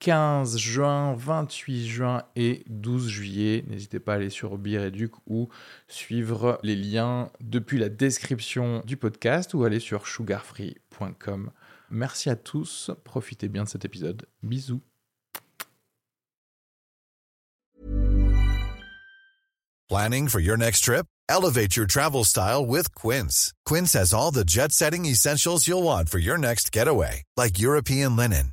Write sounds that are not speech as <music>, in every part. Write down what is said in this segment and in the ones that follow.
15 juin, 28 juin et 12 juillet. N'hésitez pas à aller sur Bireduc ou suivre les liens depuis la description du podcast ou aller sur sugarfree.com. Merci à tous, profitez bien de cet épisode. Bisous. Planning for your next trip? Elevate your travel style with Quince. Quince has all the jet setting essentials you'll want for your next getaway, like European linen,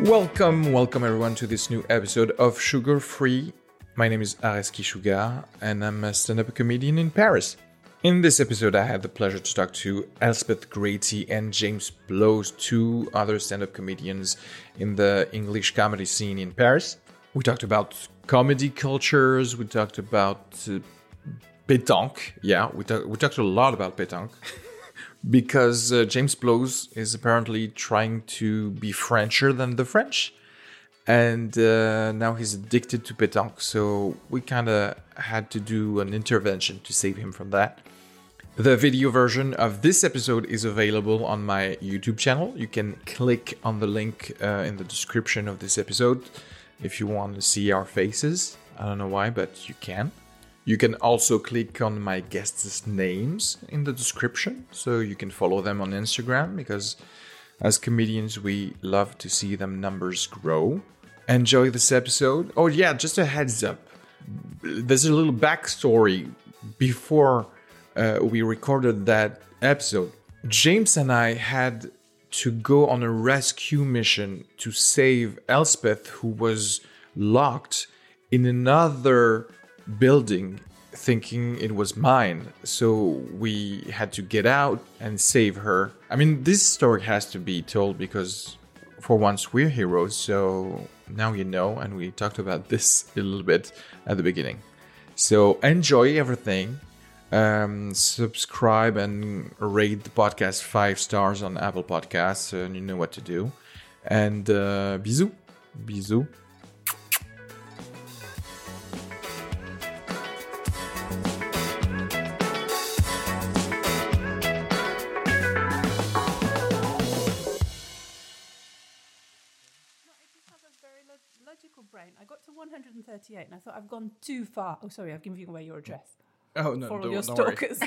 Welcome, welcome everyone to this new episode of Sugar Free. My name is Areski Sugar and I'm a stand up comedian in Paris. In this episode, I had the pleasure to talk to Elspeth Grady and James Blows, two other stand up comedians in the English comedy scene in Paris. We talked about comedy cultures, we talked about uh, pétanque. Yeah, we, talk, we talked a lot about pétanque because uh, James Blows is apparently trying to be Frencher than the French. And uh, now he's addicted to pétanque, so we kind of had to do an intervention to save him from that. The video version of this episode is available on my YouTube channel. You can click on the link uh, in the description of this episode if you want to see our faces. I don't know why, but you can. You can also click on my guests' names in the description so you can follow them on Instagram because as comedians we love to see them numbers grow. Enjoy this episode. Oh yeah, just a heads up. There's a little backstory before uh, we recorded that episode. James and I had to go on a rescue mission to save Elspeth, who was locked in another building thinking it was mine. So we had to get out and save her. I mean, this story has to be told because for once we're heroes. So now you know, and we talked about <laughs> this a little bit at the beginning. So enjoy everything. Um, subscribe and rate the podcast five stars on Apple Podcasts, and you know what to do. And uh, bisous, bisous. just have a very log- logical brain. I got to 138 and I thought I've gone too far. Oh, sorry, I've given away your address Oh no, for all your stalkers. <laughs> so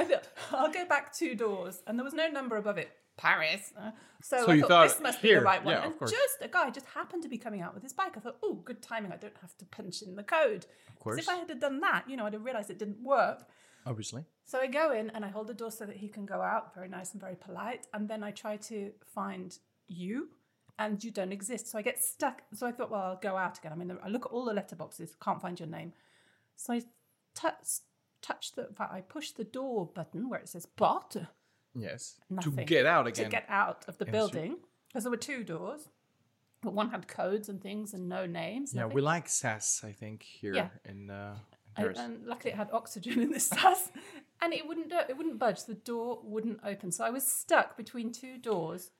I thought, I'll go back two doors, and there was no number above it. Paris. Uh, So, So I you thought, thought, this must be here, the right one. yeah, of and course. just a guy just happened to be coming out with his bike. I thought, oh, good timing. I don't have to punch in the code. Of course. If I had done that, you know, I'd have realised it didn't work. Obviously. So I go in and I hold the door so that he can go out, very nice and very polite. And then I try to find you, and you don't exist. So I get stuck. So I thought, well, I'll go out again. I mean, I look at all the letterboxes, can't find your name. So I touch, touch the, in fact, I push the door button where it says "bot" Yes. nothing To get out again. to get out of the And so- building because there were two doors, but one had codes and things and no names. Yeah, nothing. we like sass, I think, here Yeah. in uh, And- Paris. And luckily, it had oxygen in the SAS, <laughs> and it wouldn't do, it wouldn't budge. The door wouldn't open, so I was stuck between two doors.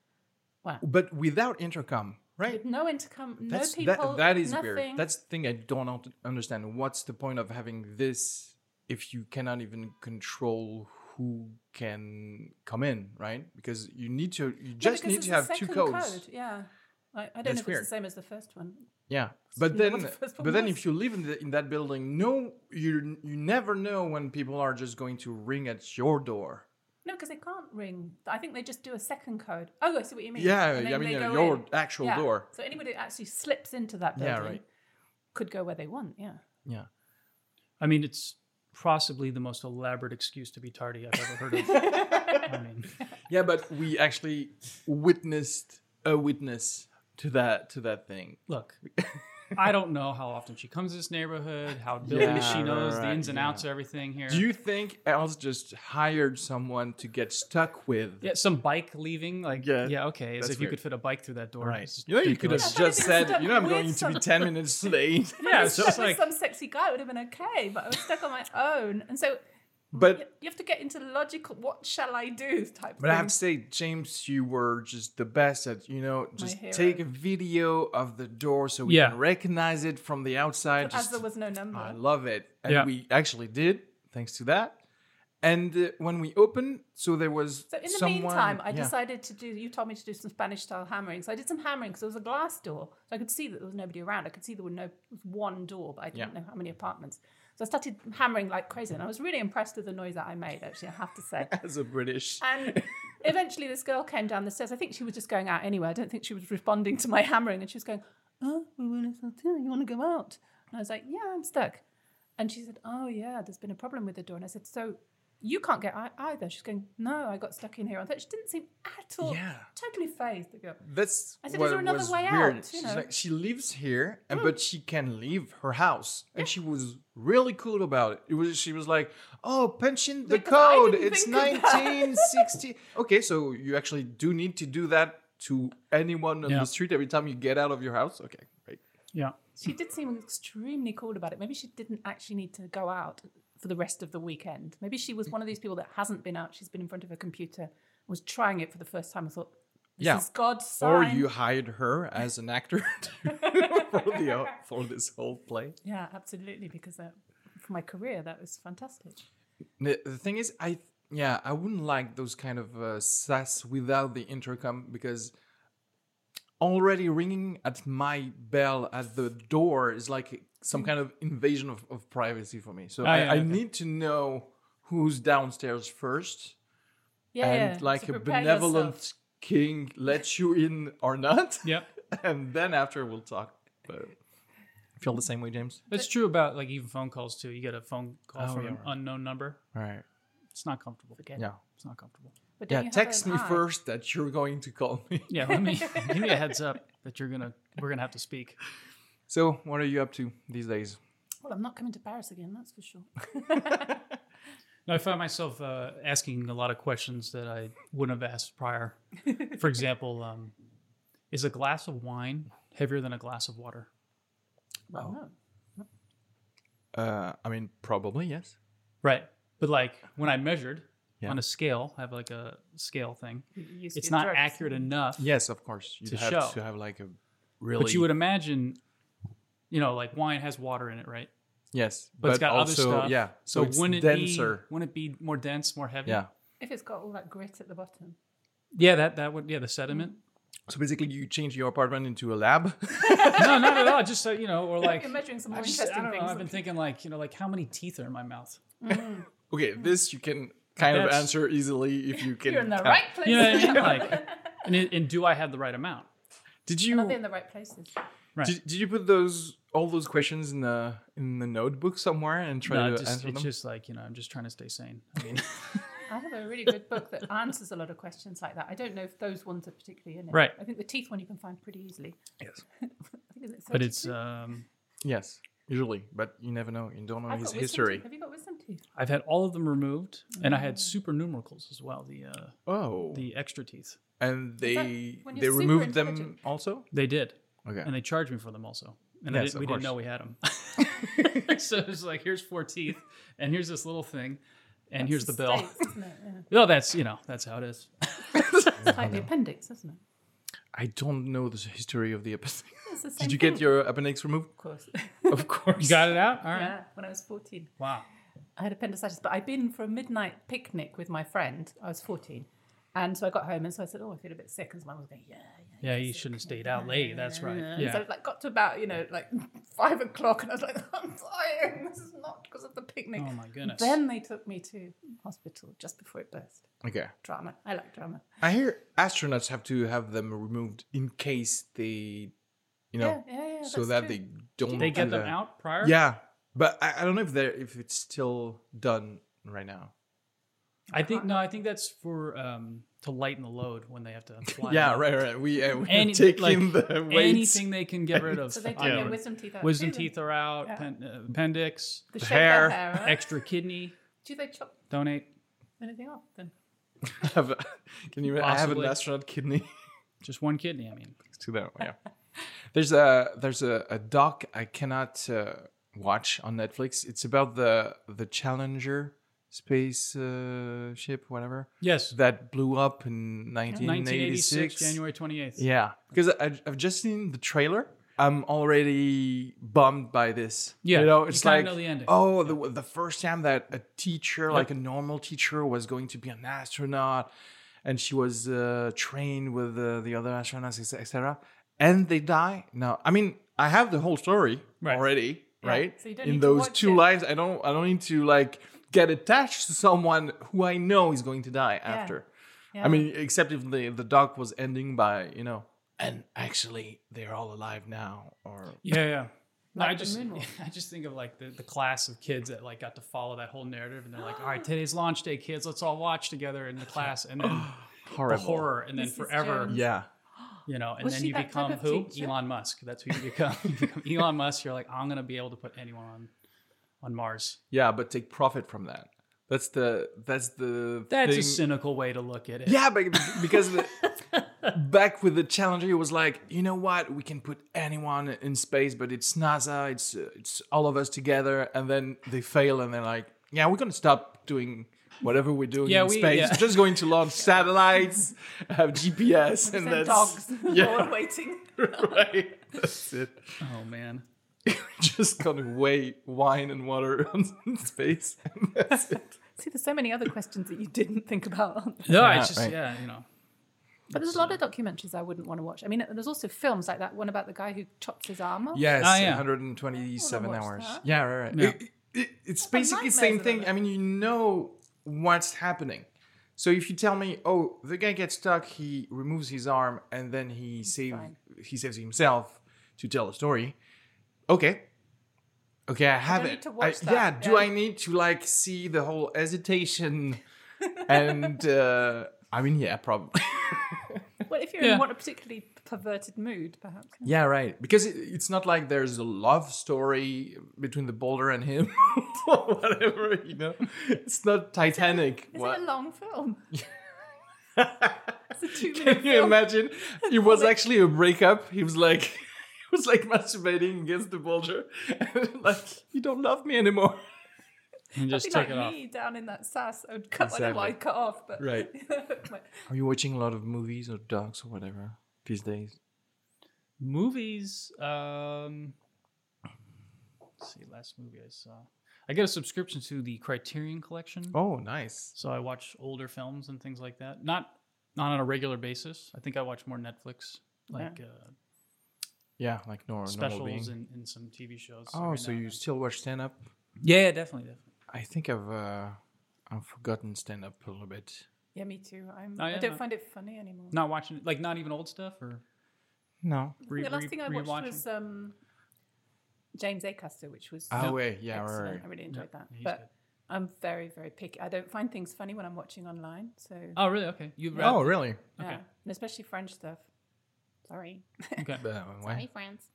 Wow! but without intercom, right? With no intercom, no That's people. that, that is nothing. weird. That's the thing I don't un- understand. What's the point of having this if you cannot even control who can come in, right? Because you need to you Yeah, just because need it's to the have two second codes. Code. Yeah, I, I don't That's know if weird. it's the same as the first one. Yeah, but know what then, the first but one then, was. if you live in, the, in that building, no, you you never know when people are just going to ring at your door. No, because they can't ring. I think they just do a second code. Oh, I see what you mean. Yeah, And I then mean they uh, go your in. actual Yeah. door. So anybody that actually slips into that building Yeah, right. could go where they want. <laughs> Yeah. <laughs> Yeah. I mean, it's possibly the most elaborate excuse to be tardy I've ever heard <laughs> of. I mean, Yeah, but we actually witnessed a witness to that to that thing. look, I don't know how often she comes to this neighborhood, how Billy Yeah, she knows right, the ins and yeah. outs of everything here. Do you think Els just hired someone to get stuck with? yeah, some bike leaving, like Yeah, yeah, okay, as that's if you weird. could fit a bike through that door. Right. It's You know, you could have ridiculous. Yeah, but just if it's said, stuck "You're not with going to be some- ten minutes <laughs> <laughs> late." Yeah, it's stuck just with like some sexy guy would have been okay, but I was stuck on my own. And so you, But you have to get into logical what shall I do type but I have thing. to say, James, you were just the best at you know just hero. take a video of the door so we Yeah. can recognize it from the outside. As Just there was no number. I love it. And Yeah. we actually did, thanks to that. And uh, when we opened, so there was So in the someone- meantime, I yeah. decided to do. You told me to do some Spanish style hammering, so I did some hammering because there was a glass door, so I could see that there was nobody around. I could see there were no there was one door, but I didn't Yeah. know how many apartments. So I started hammering like crazy, and I was really impressed with the noise that I made. Actually, I have to <laughs> say. <laughs> as a British. And eventually, this girl came down the stairs. I think she was just going out anyway. I don't think she was responding to my hammering, and she was going, "Oh, we were in a hotel. You want to go out?" And I was like, "Yeah, I'm stuck." And she said, "Oh yeah, there's been a problem with the door." And I said, "So you can't get out either?" She's going, "No, I got stuck in here." I thought she didn't seem at all Yeah. totally phased. The girl. That's I said, "Is what there another was way weird. out?" You She's know. Hmm. like, she lives here, and but she can leave her house, and she was really cool about it. It was she was like, "Oh, punching the Because I code. didn't It's think of that." <laughs> 1960." okay, so you actually do need to do that to anyone on Yeah. the street every time you get out of your house. Okay, right. yeah. She did seem extremely cool about it. Maybe she didn't actually need to go out for the rest of the weekend. Maybe she was one of these people that hasn't been out. She's been in front of her computer, was trying it for the first time. and thought, this Yeah. is God's sign. Or you hired her as an actor <laughs> to- for the for this whole play. Yeah, absolutely. Because uh, for my career, that was fantastic. The, the thing is, I yeah, I wouldn't like those kind of uh, sass without the intercom because already ringing at my bell at the door is like some kind of invasion of, of privacy for me. So Ah, I, yeah, I okay. need to know who's downstairs first, Yeah, and yeah. like So a prepare benevolent yourself. king lets you in or <laughs> not. Yep. and then after we'll talk. But feel the same way, James. That's true about like even phone calls too. You get a phone call Oh, from yeah, an right. unknown number. All right. It's not comfortable. Forget it. Yeah. It's not comfortable. But don't Yeah. you have Text an me eye? first that you're going to call me. Yeah, let <laughs> me give me a heads up that you're gonna we're gonna have to speak. So, what are you up to these days? Well, I'm not coming to Paris again, that's <laughs> for sure. No, I find myself uh, asking a lot of questions that I wouldn't have <laughs> asked prior. For example, um, is a glass of wine heavier than a glass of water? Well, no. Uh, I mean, probably yes. Right. But like when I measured Yeah. on a scale, I have like a scale thing. You- you used It's your not drugs. accurate enough. Yes, of course. You To have show. to have like a really. But you would imagine, you know, like wine has water in it, right? Yes, But, it's got also other stuff. yeah. So, So, it's wouldn't it denser. be wouldn't it be more dense, more heavy? yeah. If it's got all that grit at the bottom. Yeah, that that would yeah, the sediment. So basically, you change your apartment into a lab. <laughs> no, not at all. Just so you know, or like You're measuring some more I, just, I interesting don't know. things. I've been thinking like you know, like how many teeth are in <laughs> my mouth? okay, this you can kind of That's- answer easily if you can. <laughs> You're in the tap. right place. You know <laughs> what I mean? Like, and, it, and do I have the right amount? Did Are they you in the right places? Right. did, did you put those all those questions in the in the notebook somewhere and try No, to it just, answer it's them? just like you know, I'm just trying to stay sane. I mean, I have a really good book that answers a lot of questions like that. I don't know if those ones are particularly in it. Right. I think the teeth one you can find pretty easily. Yes. <laughs> I think is it but it's 32? um, Yes, usually, but you never know. You don't know I've got his wisdom history. teeth. Have you got wisdom teeth? I've had all of them removed, and I had Mm. supernumericals as well. The uh, Oh, the extra teeth and they when they you're super removed them intelligent. also. they did, Okay. and they charged me for them also. And I Yes, didn't, of we course. didn't know we had <laughs> them. <laughs> so it was like, here's four teeth, and here's this little thing, and here's the bill. States, isn't it? Yeah. No, that's you know that's how it is. It's <laughs> like the appendix, isn't it? I don't know the history of the <laughs> appendix. It's the same Did you get thing. your appendix removed? Of <laughs> course. <laughs> Of course. You got it out. All right. yeah, when I was 14. Wow. I had appendicitis, but I'd been for a midnight picnic with my friend. I was 14. And so I got home and so I said, oh, I feel a bit sick. And so my mum was going, yeah, yeah. Yeah, you shouldn't have stayed out late. That's right. And Yeah. So it like got to about, you know, like <laughs> five o'clock and I was like, I'm dying. This is not because of the picnic. Oh my goodness. Then they took me to hospital just before it burst. Okay. Drama. I like drama. I hear astronauts have to have them removed in case they, you know, yeah, yeah, yeah. so that that's true. they don't. They get do them that. out prior. uh, Yeah, but I, I don't know if they're if it's still done right now. I think no. I think that's for um to lighten the load when they have to fly. Yeah, out. right, right. We uh, we <laughs> Any- take like, in <laughs> the weights. Anything they can get rid of. <laughs> So they take I their would. wisdom teeth out. Wisdom too, teeth then. are out. Yeah. Pen, uh, appendix. They shave their hair. hair right? Extra kidney. Do they chop Donate. anything off <laughs> then? <laughs> Have a- Can you? I have an Possibly. astronaut kidney. Just one kidney. I mean, to that. Yeah. <laughs> There's a there's a, a doc I cannot uh, watch on Netflix. It's about the the Challenger space uh, ship, whatever, yes. that blew up in 1986. 1986, January 28th. Yeah, because I, I've just seen the trailer. I'm already bummed by this. Yeah, you know, you it's kinda like know the ending. oh, the the first time that a teacher, like a normal teacher, was going to be an astronaut, and she was uh, trained with uh, the other astronauts, etc. And they die. No, I mean I have the whole story Right. already, right? so you don't In need to those watch two it. lives, I don't I don't need to like get attached to someone who I know is going to die after. Yeah. I mean, except if the the doc was ending by you know, and actually they're all alive now, or Yeah, yeah. No, Like I the just moonwalk. <laughs> I just think of like the, the class of kids that like got to follow that whole narrative and they're like, all right, today's launch day, kids, let's all watch together <gasps> in the class and then the horrible. horror and then Mrs. forever, Jones. Yeah, you know, and Was then she you that type become of who? teacher? Elon Musk. That's who you become. <laughs> You become Elon Musk, you're like, I'm gonna be able to put anyone on on Mars. yeah, but take profit from that. That's the that's the That's a thing. cynical way to look at it. yeah, but because <laughs> the, back with the Challenger, it was like you know what, we can put anyone in space, but it's NASA, it's uh, it's all of us together, and then they fail, and they're like, yeah, we're gonna stop doing. Whatever we're doing Yeah, in we- space, yeah. we're just going to <laughs> launch satellites, have GPS, and Send that's <laughs> dogs. Yeah. <laughs> Yeah. waiting. right. That's it. Oh man. Just gonna wait wine and water <laughs> on space. and That's it. See, there's so many other questions that you didn't think about. aren't there? No, Yeah, it's just right. yeah, you know. But there's a lot of documentaries I wouldn't want to watch. I mean, there's also films like that one about the guy who chops his arm off. Yes, Ah, yeah. 127 watch hours. that. Yeah, right, right. Yeah. It- it- it's a basically the nightmare same for thing. them. I mean, you know what's happening. So if you tell me, oh, the guy gets stuck, he removes his arm, and then he saves fine. he saves himself to tell a story. Okay. Okay, I have don't it. need to I- watch that. Yeah, do Yeah. I need to like see the whole <laughs> hesitation? and uh, I mean, yeah, probably. Well, if you're Yeah. in what a particularly perverted mood, perhaps. Yeah, right. Because it, it's not like there's a love story between the boulder and him <laughs> or whatever, you know? It's not Titanic. Is What- it a long film? <laughs> it's a <laughs> Can two-minute you film. <laughs> imagine? It was actually a breakup. He was like, <laughs> he was like masturbating against the boulder. And <laughs> like, you don't love me anymore. And just Be took like it off. me down in that sass. I would cut I don't Exactly. like cut off, <laughs> but Right. My- <laughs> Are you watching a lot of movies or docs or whatever these days? movies um let's see last movie i saw i get a subscription to the criterion collection Oh, nice. so i watch older films and things like that not not on a regular basis i think i watch more netflix like uh, Yeah, like nor- normal specials being. and, and some tv shows Oh, every so now you and still watch stand up? then. yeah, yeah definitely definitely I think I've uh, I've forgotten stand up a little bit. yeah, me too. I'm, Oh, I yeah, don't no. find it funny anymore. not watching like not even old stuff or No. re- the last re- thing I watched was um, James Acaster, which was Oh, wait, yeah, right, excellent. right. I really Yeah, enjoyed that. he's But good. I'm very, very picky. I don't find things funny when I'm watching online. So oh really okay you've read Oh, really? yeah, okay. and especially French stuff. Sorry, okay Uh, why? hey <laughs> France,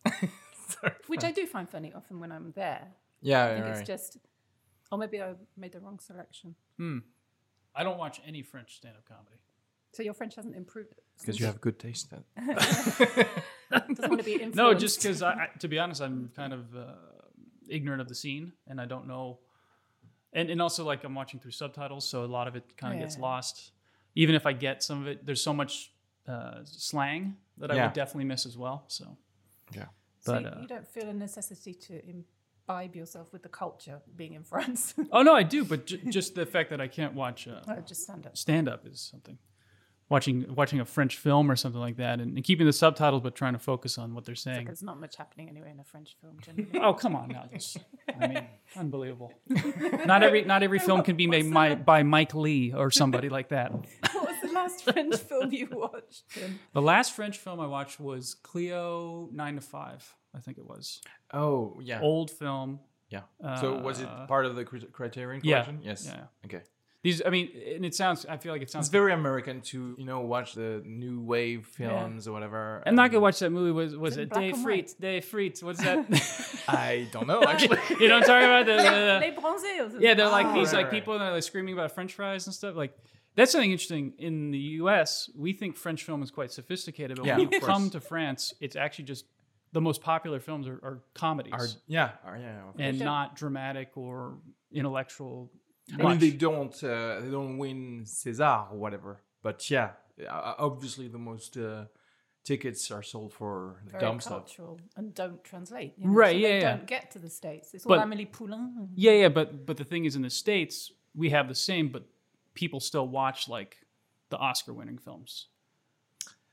which I do find funny often when I'm there. Yeah, I think yeah, it's right. just, or maybe I made the wrong selection. hmm. i don't watch any french stand-up comedy So your French hasn't improved because you have good taste. Then. Doesn't want to be influenced. <laughs> No, just because I, I- to be honest, I'm kind of uh, ignorant of the scene, and I don't know, and and also like I'm watching through subtitles, so a lot of it kind of Yeah. gets lost. Even if I get some of it, there's so much uh, slang that I Yeah. would definitely miss as well. So Yeah. but, so uh, you don't feel a necessity to imbibe yourself with the culture being in <laughs> France. oh no, I do, but j- just the fact that I can't watch uh, Oh, just stand up. stand up is something. watching watching a French film or something like that, and, and keeping the subtitles but trying to focus on what they're saying. There's not much happening anyway in a French <laughs> film generally. Oh come on now! It's- I mean, unbelievable. Not every not every film can be made my, by Mike Lee or somebody like that. What was the <laughs> last French film you watched? Tim? The last French film I watched was Clio Nine to Five, I think it was. Oh yeah, Old film. yeah. so was it uh, part of the crit- Criterion yeah, collection? Yes. yeah. Okay. These, I mean, and it sounds. I feel like it It's sounds. very American to you know watch the new wave films or whatever. Um, I'm not gonna watch that movie. Was was it it black Day and Frites? Day Frites. What's that? <laughs> I don't know actually. you know what I'm talking about? The- the- the- Les Bronzés. Ah, or something. Yeah, they're like Oh, these right, like right. people that are like screaming about French fries and stuff. Like that's something interesting. In the U.S., we think French film is quite sophisticated, but Yeah, when of you course. come to France, it's actually just the most popular films are, are comedies Are- yeah, are- yeah. of and course. not dramatic or intellectual. I mean, much. they don't uh, they don't win César or whatever. But yeah, uh, obviously the most uh, tickets are sold for the Very dumb stuff. cultural and don't translate. you know, Right, so yeah, they yeah. Don't get to the states. It's all But- Amélie Poulain. yeah, yeah, but but the thing is, in the states, we have the same, but people still watch like the Oscar-winning films.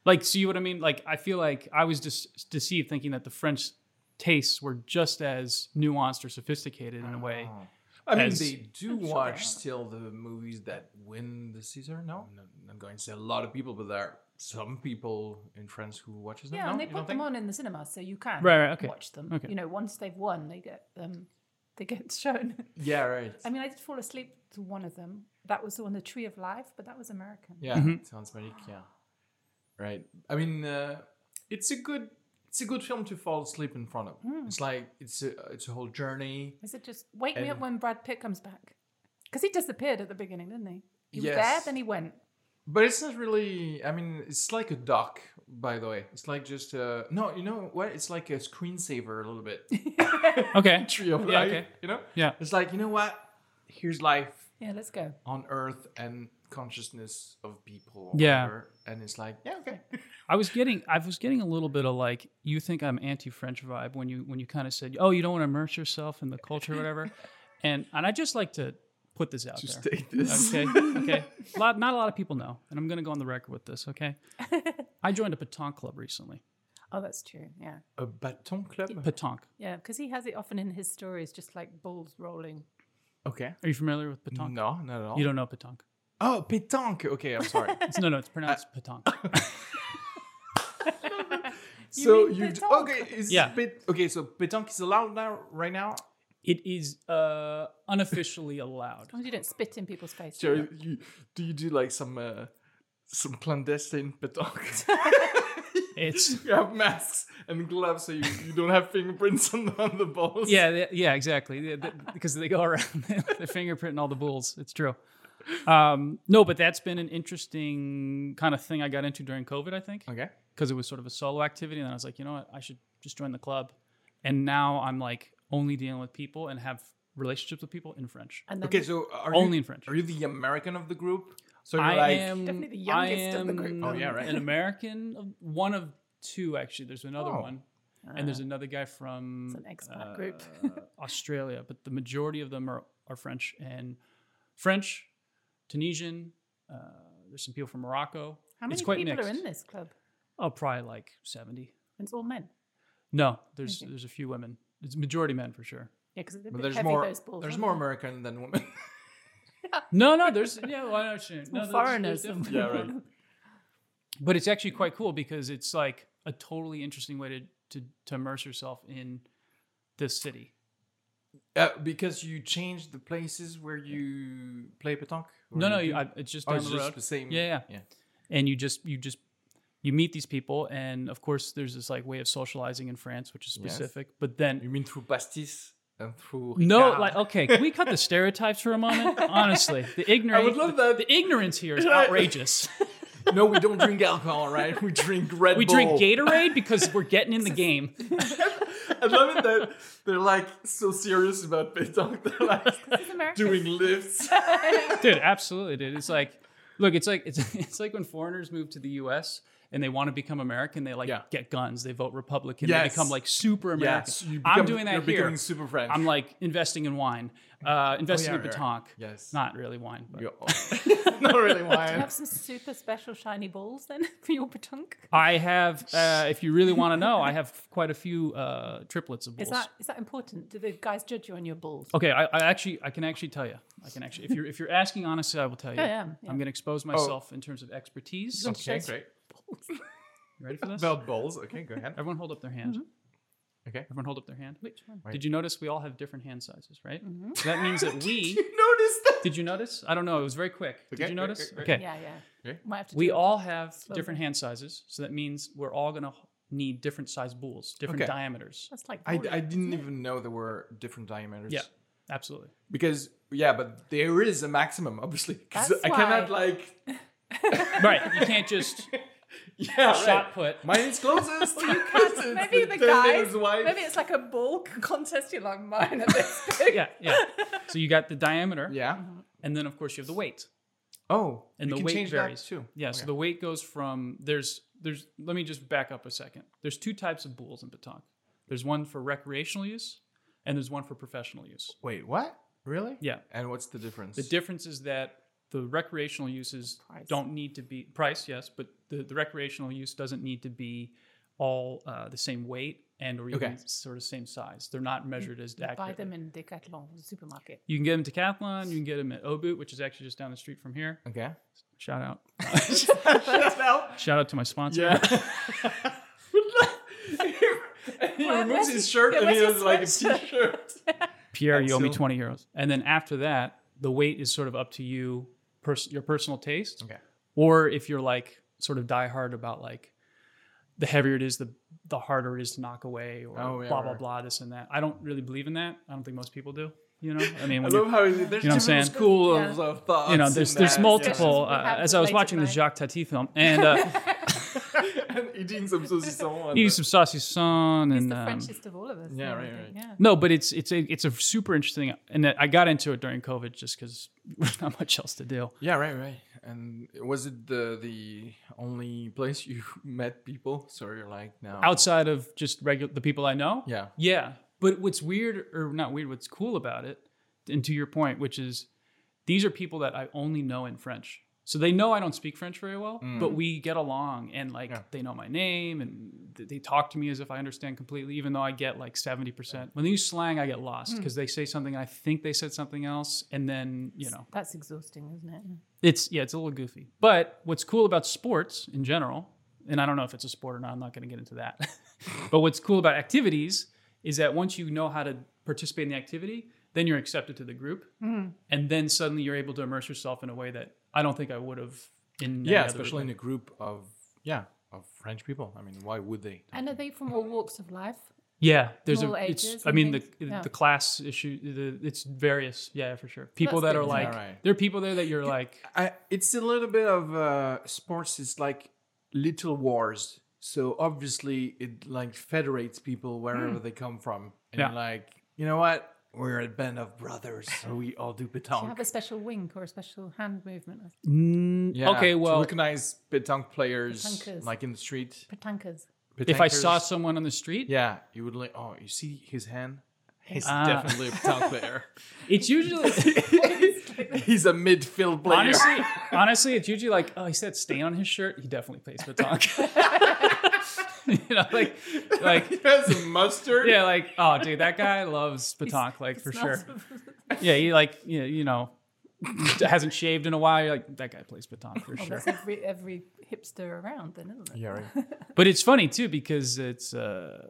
Like, see what I mean? Like, I feel like I was just deceived thinking that the French tastes were just as nuanced or sophisticated in a way. I mean, As- they do they watch are. still the movies that win the Caesar. No, I'm not- I'm going to say a lot of people, but there are some people in France who watches them. Yeah, no? and they You don't put them think? on in the cinema, so you can Right, right, okay. watch them. Okay. You know, once they've won, they get um, they get <laughs> shown. Yeah, right. I mean, I did fall asleep to one of them. That was the one, The Tree of Life, but that was American. Yeah, sounds magic. Yeah, right. I mean, uh, it's a good it's a good film to fall asleep in front of. Hmm. It's like it's a it's a whole journey. Is it just wake me up And- when Brad Pitt comes back? Because he disappeared at the beginning, didn't he? He was there, Yes. then he went. But it's not really. I mean, it's like a doc, by the way. It's like just uh, no, you know what? It's like a screensaver a little bit. Okay. <laughs> Tree of Yeah, life, okay. you know. Yeah. It's like you know what? Here's life Yeah, let's go. on Earth and consciousness of people. or Yeah. whatever. And it's like yeah, okay. I was getting I was getting a little bit of like you think I'm anti-French vibe when you when you kind of said, "Oh, you don't want to immerse yourself in the culture or whatever." and and I just like to put this out Just there. take this. Okay. Okay. A lot, not a lot of people know, and I'm going to go on the record with this, okay? I joined a petanque club recently. Oh, that's true. Yeah. A baton club. Petanque. Yeah, because he has it often in his stories, just like balls rolling. Okay. Are you familiar with petanque? No, not at all. You don't know petanque. Oh, pétanque. Okay, I'm <laughs> sorry. It's, no, no, it's pronounced petanque. so mean you d- pétanque. okay? Is Yeah. Pét- okay, so pétanque is allowed now, right now. It is uh unofficially <laughs> allowed. As long as you don't spit in people's faces. So you, do you do like some uh, some clandestine <laughs> pétanque? It's you have masks and gloves, so you, you don't have fingerprints <laughs> on the, on the balls. Yeah, they- yeah, exactly. They- they- Because they go around <laughs> the fingerprint and all the bulls. It's true. Um, no, but that's been an interesting kind of thing I got into during COVID, I think, Okay. because it was sort of a solo activity. And I was like, you know what? I should just join the club. And now I'm like only dealing with people and have relationships with people in French. and then Okay. So are Only you, in French. Are you the American of the group? So you're I like am Definitely the I youngest of the group. am Oh, yeah, <laughs> right. An American, of, one of two actually. There's another Oh. one, Ah. and there's another guy from Uh. It's an expat group. uh, <laughs> Australia, but the majority of them are are French and French, Tunisian. Uh, there's some people from Morocco. How many it's quite people mixed. are in this club? Oh, probably like seventy. And it's all men. No, there's there's a few women. It's majority men for Yeah, sure. because they're a But bit there's heavy, more. those balls. There's aren't more they? American than women. No, no, there's yeah, well, I know what you mean. no, More there's- foreigners. there's definitely- yeah, right. but it's actually quite cool because it's like a totally interesting way to to, to immerse yourself in this city. <laughs> Uh, because you change the places where you play pétanque. or No, no, do- you, I, it's just Oh, down it's the just road. the same- Yeah, yeah, yeah. And you just you just you meet these people, and of course there's this like way of socializing in France, which is Yes. specific. But then You mean through pastis and through no, Ricard? like okay, can we cut the stereotypes for <laughs> a moment? Honestly, the ignorance. I would love the, that. the ignorance here <laughs> is outrageous. no, we don't drink alcohol, right? We drink Red oh. We Bull. drink Gatorade because we're getting <laughs> in the game. I love it that they're like so serious about pétanque. They're <laughs> like American. doing lifts. <laughs> dude absolutely dude it's like look it's like it's, it's like when foreigners move to the us and they want to become American, they like Yeah. get guns, they vote Republican, they Yes. become like super American. Yes, you I'm become- doing that you're here. becoming super French. I'm like investing in wine, uh, investing yeah, in right, right. Batonk. Yes. not really wine. But. <laughs> <laughs> Not really wine. Have some super special shiny balls then <laughs> for your batunk. I have, <laughs> uh, if you really want to know, I have quite a few uh, triplets of bulls. Is that is that important? Do the guys judge you on your balls? Okay, I, I actually I can actually tell you. I can actually if you're if you're asking honestly, I will tell you. I am, yeah. I'm going to Oh. expose myself in terms of expertise. You Okay, great. ready for this? About bowls. Okay, go ahead. Everyone hold up their hand. Okay. Everyone hold up their hand. Which Mm-hmm. one? Did you notice we all have different hand sizes, right? So that means that we <laughs> Notice that. Did you notice? I don't know, it was very quick. Okay, Did you great, notice? great, great. Okay. Yeah, yeah. Okay. Might have to We do- all have different down. hand sizes, so that means we're all going to need different size bulls, different Okay. diameters. That's like I, balls. I didn't even know there were different diameters. Yeah. Absolutely. Because yeah, but there is a maximum, obviously. 'Cause That's I cannot why- like right, you can't <laughs> just yeah shot right. put. Mine is closest. you <laughs> can't. Maybe the guys. Maybe it's like a ball <laughs> contest. You're like mine are <laughs> this big. Yeah, <laughs> yeah. So you got the diameter. Yeah. Mm-hmm. And then, of course, you have the weight. Oh, And you the can weight change that varies too. Yeah. So the weight goes from there's there's let me just back up a second. There's two types of bulls in batonk. There's one for recreational use, and there's one for professional use. Wait, what? Really? Yeah. And what's the difference? The difference is that the recreational uses Price. don't need to be price, yes, but the, the recreational use doesn't need to be all uh, the same weight and or even Okay. sort of same size. They're not measured as You buy accurately. them in Decathlon supermarket. You can get them at Decathlon. You can get them at Oboot, which is actually just down the street from here. <laughs> okay. Shout out! Shut up. Shout out to my sponsor. <laughs> Yeah. <laughs> he Where- removes where's his he- shirt yeah, and he where's has his like a sweatshirt? t-shirt. Pierre, you owe me Axel. 20 euros. And then after that, the weight is sort of up to you, pers- your personal taste. Okay. Or if you're like sort of diehard about like the heavier it is, the the harder it is to knock away or Oh, yeah, blah, blah, right. blah, this and that. I don't really believe in that. I don't think most people do. You know, I mean, <laughs> I love when you how he- there's You know what I'm different saying? schools Yeah. of- of thoughts. you know, in there's there's that, yeah. multiple. Discussions we Uh, have as I was later watching the tonight. Jacques Tati film and uh, <laughs> and eating some sausage someone. eating some saucy son He's and the um, Frenchest of all of us. yeah, I right, think, right. Yeah. No, but it's it's a it's a super interesting, and I got into it during COVID just because <laughs> not much else to do. Yeah, right, right. And was it the the only place you <laughs> met people? So you're like now outside of just regular the people I know. Yeah. Yeah. But what's weird or not weird, what's cool about it, and to your point, which is these are people that I only know in French. So they know I don't speak French very well, but we get along and like Mm. Yeah. they know my name and th- they talk to me as if I understand completely, even though I get like 70%. When they use slang, I get lost Hmm. because they say something and I think they said something else. And then, you know, That's exhausting, isn't it? it's yeah, it's a little goofy. But what's cool about sports in general, and I don't know if it's a sport or not, I'm not going to get into that. <laughs> but what's cool about activities is that once you know how to participate in the activity, then you're accepted to the group, Mm-hmm. and then suddenly you're able to immerse yourself in a way that I don't think I would have in Yeah, any other especially in way. a group of yeah, of French people. I mean, why would they? And are they from all walks of life? yeah. There's a small it's ages I and mean the things. Yeah. the class issue the, it's various yeah for sure people That's that are good. like Alright. there are people there that you're like I, it's a little bit of uh, sports. It's like little wars. So obviously, it like federates people wherever they come from, and Hmm. Yeah. you're like you know what? We're a band of brothers, so <laughs> we all do Do you have petanque. a special wink or a special hand movement? Yeah, Mm, okay to well recognize petanque players Petankers. like in the street. Patankers. if I saw Petankers. someone on the street Yeah, you would like, oh, you see his hand? He's Ah. definitely a <laughs> top player. it's usually He's a midfield player. Honestly, honestly, it's usually like, oh, he said stain on his shirt. He definitely plays <laughs> for Tonk. <laughs> you know, like, <laughs> he like, has a mustard. yeah, like, oh, dude, that guy loves Batonk, like for sure. Yeah, he like, you know, you know, <laughs> hasn't shaved in a while. You're like, that guy plays Batonk for <laughs> Oh, sure. That's every, every hipster around, then, isn't it? Yeah, right. But it's funny too because it's uh,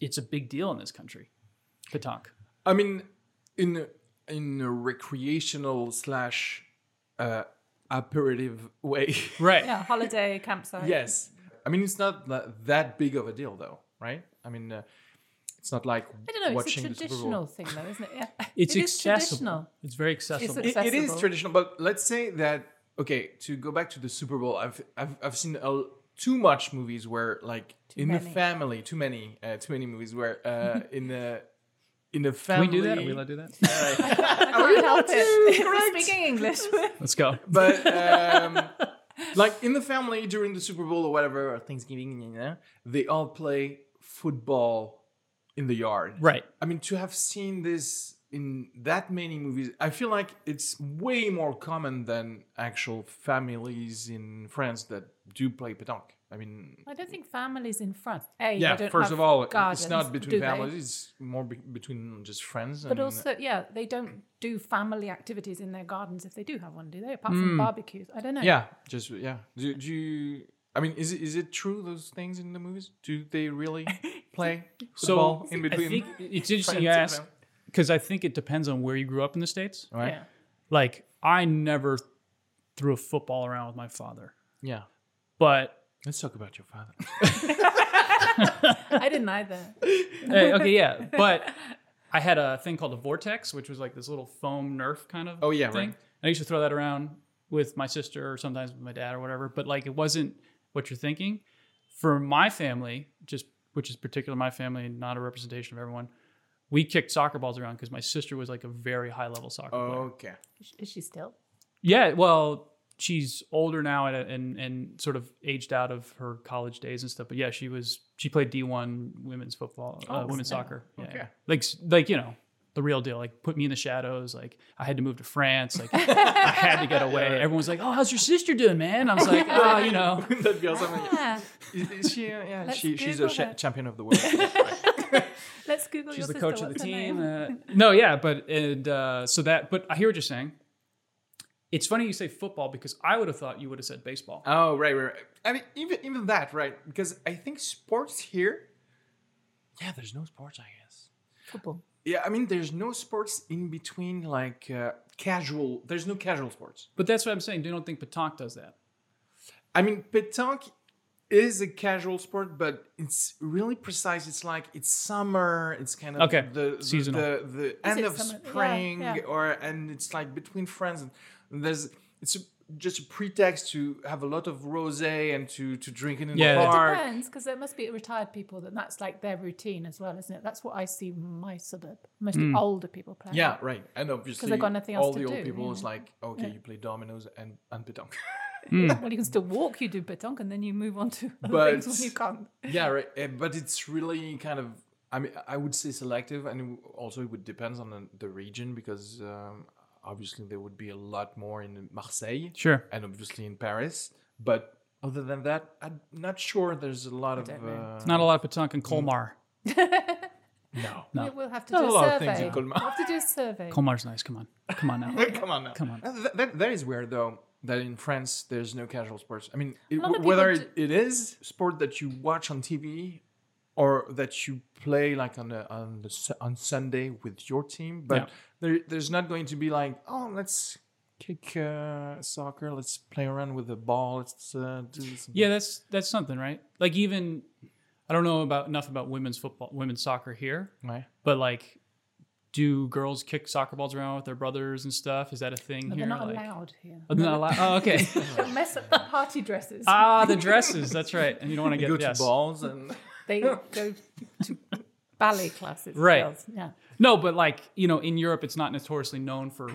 it's a big deal in this country, Batonk. I mean, in in a recreational slash uh, aperitive way. <laughs> Right. Yeah, holiday campsite. yes. I mean, it's not tha- that big of a deal, though, right? I mean, uh, it's not like I don't know. watching it's a the Super Bowl. traditional thing, though, isn't it? Yeah. It's It is accessible. traditional. It's very accessible. It- it is It's accessible. traditional, but let's say that okay. To go back to the Super Bowl, I've I've, I've seen a, too much movies where like in the many. family, too many, uh, too many movies where <laughs> uh, in the in the Can we family do that? Are we allowed <laughs> to do that? <laughs> I can't help it. Speaking English. <laughs> Let's go. but um, like in the family during the Super Bowl or whatever, or Thanksgiving, you know, they all play football in the yard. Right. I mean, to have seen this in that many movies, I feel like it's way more common than actual families in France that do play petanque. I mean, I don't think families in France. A, they yeah, don't first have of all, gardens, it's not do between they? families, it's more be- between just friends. But and, also, yeah, they don't do family activities in their gardens if they do have one, do they? Apart from barbecues, I don't know. Hmm. yeah, just, yeah. Do, do you, I mean, is it, is it true those things in the movies? Do they <laughs> really play football in between? I think it's interesting friends you and ask family? because I think it depends on where you grew up in the states. right? Yeah. Like I never threw a football around with my father, Yeah. but Let's talk about your father. I didn't <laughs> either. Hey, eh, okay, yeah, but I had a thing called a vortex, which was like this little foam Nerf kind of. Oh, yeah, thing. right. I used to throw that around with my sister or sometimes with my dad or whatever. But like, it wasn't what you're thinking. For my family, just which is particular my family, and not a representation of everyone. We kicked soccer balls around because my sister was like a very high level soccer player. okay. Is- Is she still? Yeah, well, she's older now and, and and sort of aged out of her college days and stuff. But yeah, she was she played D one women's football, Oh, uh, women's soccer. Yeah, Okay. yeah. like s- like you know the real deal. Like put me in the shadows. Like I had to move to France. <laughs> Like I had to get away. Everyone's like, "Oh, how's your sister doing, man?" I was like, "Oh, <laughs> you know." <laughs> That'd be awesome. Yeah. Is, is she, uh, yeah, Let's she, she's a Google cha- her. champion of the <laughs> world. Let's Google She's your the sister. coach of the What's her team. name? Uh, no, yeah, but and uh, so that. But I hear what you're saying. It's funny you say football because I would have thought you would have said baseball. oh, right, right, right. I mean, even even that, right? Because I think sports here. Yeah, there's no sports, I guess. Football. Yeah, I mean, there's no sports in between, like uh, casual. There's no casual sports. But that's what I'm saying. They don't think Patank does that. I mean, petanque is a casual sport, but it's really precise. It's like it's summer. It's kind of Okay, the the- seasonal. the, the, end it of summer? Yeah, spring, yeah. or and it's like between friends. And there's it's a, just a pretext to have a lot of rosé and to to drink it in Yeah, the that's- park. Friends, because there must be retired people that that's like their routine as well, isn't it? That's what I see in my suburb. Mostly older people playing. Hmm. Yeah, right. And obviously, got nothing all else to the old do, people you is know. like, okay, you play dominoes and and petanque. <laughs> Well, you can still walk, you do petanque, and then you move on to other But- things when you can't. <laughs> yeah right uh, but it's really kind of i mean i would say selective and it w- also it would depends on the, the region because um, obviously there would be a lot more in marseille Sure. and obviously in paris but other than that i'm not sure there's a lot of uh, Not a lot of Patank in Colmar. no We- We'll have to Not do a a, lot of survey. things in Colmar. We'll have to do a survey. Colmar's nice. Come on. Come on now. <laughs> come on now Come on. Uh, th- that, that is weird though that in france there's no casual sports i mean it, lot of w- whether people it, it is sport that you watch on tv or that you play like on a, on the, Su- on Sunday with your team, but Yeah. there, there's not going to be like, oh, let's kick uh, soccer, let's play around with the ball, let's uh, do this. Yeah, that's that's something, right? Like even I don't know about enough about women's football, women's soccer here, Right. but like, do girls kick soccer balls around with their brothers and stuff? Is that a thing But here? they're not Like- allowed here. Oh, they're not allowed. Oh, <laughs> okay. <laughs> They'll mess up the party dresses. ah, the dresses. That's right. And you don't want to You get go yes. to balls and <laughs> they go to ballet classes. Right. girls, Yeah. No, but like you know, in Europe, it's not notoriously known for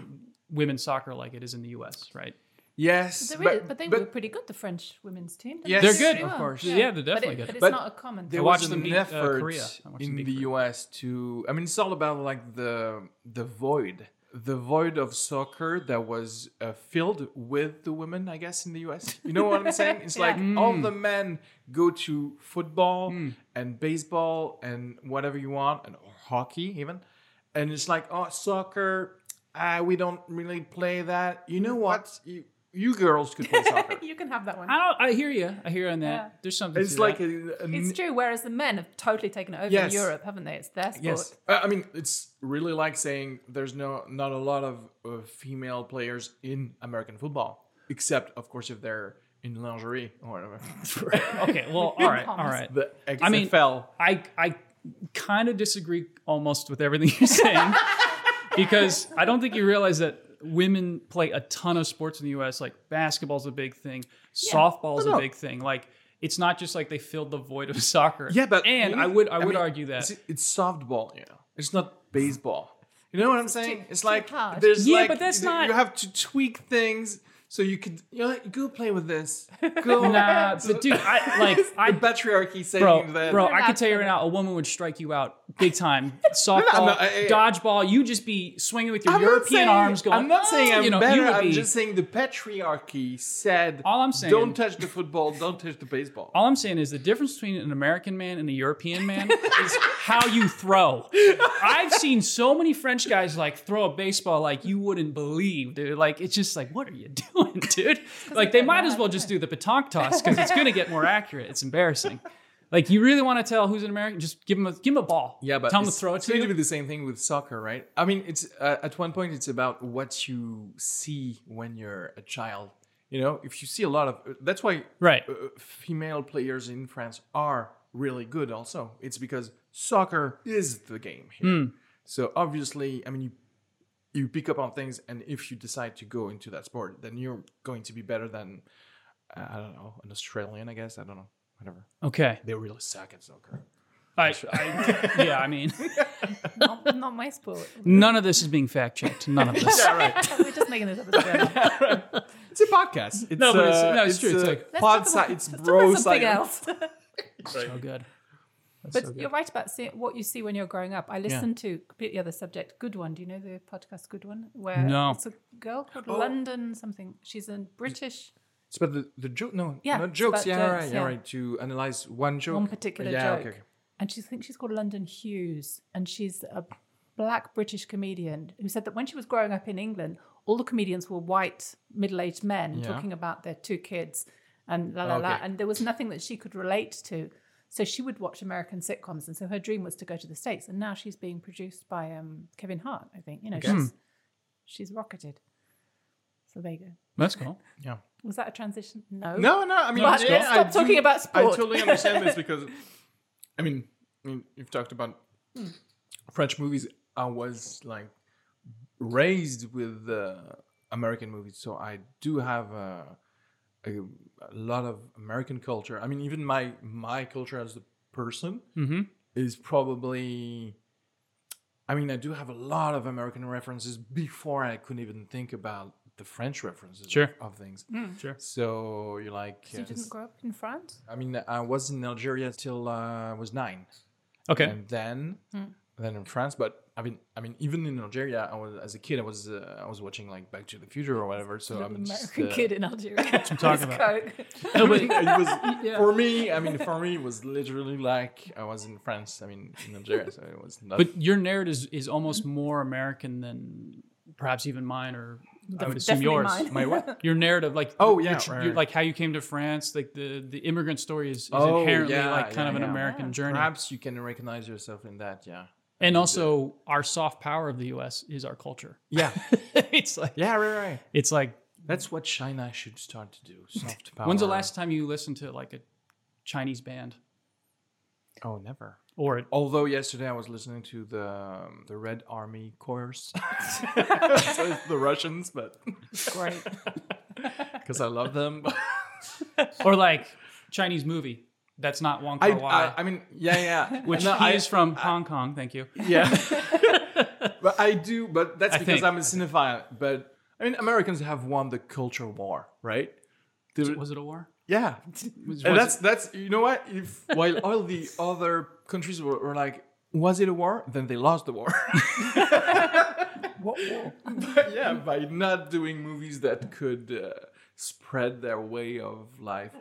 women's soccer like it is in the U.S. Right? yes, There is, but, but, they but were pretty good, the French women's team. didn't Yes. they? They're good, Pretty of well. course. Yeah, they're definitely but good. But it's But not a common there thing. was watched them an beat, uh, effort Korea. I watched in them beat the Korea. US to. I mean, it's all about like the the void, the void of soccer that was uh, filled with the women, I guess, in the US. You know <laughs> what I'm saying? It's like all Mm. the men go to football and baseball and whatever you want, and or hockey even, and it's like oh soccer. Uh, we don't really play that. You know what? You, you girls could play <laughs> soccer. You can have that one. I don't. I hear you. I hear you on that. There's something. It's to like that. a, a It's true. Whereas the men have totally taken it over Yes. in Europe, haven't they? It's their sport. Yes, Uh, I mean it's really like saying there's no not a lot of uh, female players in American football, except of course if they're in lingerie or whatever. <laughs> <laughs> okay. <laughs> Well, all right, all right. the XFL. I mean, I I kind of disagree almost with everything <laughs> you're saying because I don't think you realize that women play a ton of sports in the U.S. Like basketball's a big thing, softball's No, a no. big thing. Like it's not just like they filled the void of <laughs> soccer. yeah, but and you know, I would I, would mean, argue that. it's, it's softball. You know, it's not <laughs> baseball. You know what I'm saying? It's like hard. there's Yeah, like but that's you not- have to tweak things. So you could you know, go play with <laughs> this. Go. Nah, but dude, <laughs> I like I the patriarchy saying bro, that. bro, I can tell you right now, a woman would strike you out <laughs> big time. Softball, not- I- I- dodgeball, you just be swinging with your I'm not European saying- arms, going. I'm not saying "Ah," I'm you know, better. You would I'm be, just saying the patriarchy said. All I'm saying- Oh, Don't touch the football. Don't touch the baseball. all I'm saying is the difference between an American man and a European man is how you throw. I've seen so many French guys like throw a baseball like you wouldn't believe, dude. Like it's just like, what are you <laughs> doing, dude? Like they might as well just do the petanque toss because it's gonna get more accurate. It's embarrassing. Like you really want to tell who's an American? Just give him a give him a ball. Yeah, but tell him to it's- throw it it's to going you. to be the same thing with soccer, right? I mean, it's uh, at one point it's about what you see when you're a child. You know, if you see a lot of that's why Right. uh, female players in France are really good. Also, it's because soccer is the game here. Hmm. So obviously, I mean, you you pick up on things, and if you decide to go into that sport, then you're going to be better than uh, I don't know an Australian, I guess. I don't know, whatever. Okay. They really suck at soccer. I, I, yeah, I mean, <laughs> Not, not my sport. none of this is being fact checked. None of this. We're just making this up as we <laughs> go. along. It's a podcast. It's, <laughs> No, but it's- uh, no, it's true. It's uh, like- Let's talk pod sci- about- <laughs> let's it's talk bro about something science. else. So good. But you're right about seeing what you see when you're growing up. I listened to completely other subject. Good one. Do you know the podcast Good One? Where No. it's a girl called London something. She's a British. It's about the, the joke. No, Yeah, not it's jokes. about Yeah, jokes, right, yeah, yeah. right. To analyze one joke, one particular yeah, joke. Okay, okay. And she thinks she's called London Hughes. And she's a black British comedian who said that when she was growing up in England, all the comedians were white middle aged men Yeah. talking about their two kids and la la la. Okay. And there was nothing that she could relate to. So she would watch American sitcoms. And so her dream was to go to the States. And now she's being produced by um, Kevin Hart, I think. You know, Hmm. she's, she's rocketed. So there you go. That's cool. Yeah. Was that a transition? No. No, no. I mean, But yeah, let's I stop do- talking about I sport. totally understand <laughs> this because, I mean, I mean, you've talked about French movies. I was like raised with uh, American movies, so I do have a, a, a lot of American culture. I mean, even my my culture as a person Mm-hmm. is probably. I mean, I do have a lot of American references before I couldn't even think about the French references Sure. of things. Sure. So you're like, Mm. You yes. didn't grow up in France? I mean, I was in Algeria till uh, I was nine, Okay. and then Mm. then in France. But I mean, I mean, even in Algeria, I was as a kid, I was uh, I was watching like Back to the Future or whatever. So I'm just, American uh, kid in Algeria. That's what talking about. <laughs> No, but- <laughs> it was for me. I mean, for me, it was literally like I was in France. I mean, in Algeria, so it <laughs> was not. But your narrative is, is almost more American than perhaps even mine, or I would assume yours. Definitely my mine. <laughs> what? Your narrative, like Oh, yeah, your tr- right, your- right. like how you came to France, like the the immigrant story is, is Oh, inherently yeah, like kind yeah, of an yeah. American journey. Perhaps you can recognize yourself in that. Yeah. and also, our soft power of the U.S. is our <laughs> culture. <laughs> Yeah. it's like yeah. Right. Right. it's like That's what China should start to do. Soft power. when's the last time you listened to like a Chinese band Oh, never. or a Although yesterday I was listening to the um, the Red Army chorus, <laughs> <laughs> so it's the Russians, but <laughs> Great. because I love them. or like Chinese movie that's not Wong I, Kar Wai, I I mean, yeah, <laughs> yeah. which No, he I- is from Hong Kong. Thank <laughs> you. yeah. but I do, but that's I because I'm think- a cinephile. But I mean, Americans have won the culture war, right? The- Was it a war? yeah, Was- and was that's that's you know what? If while all the other countries were, were like, was it a war? Then they lost the war. <laughs> What war? yeah, by not doing movies that could uh, spread their way of life.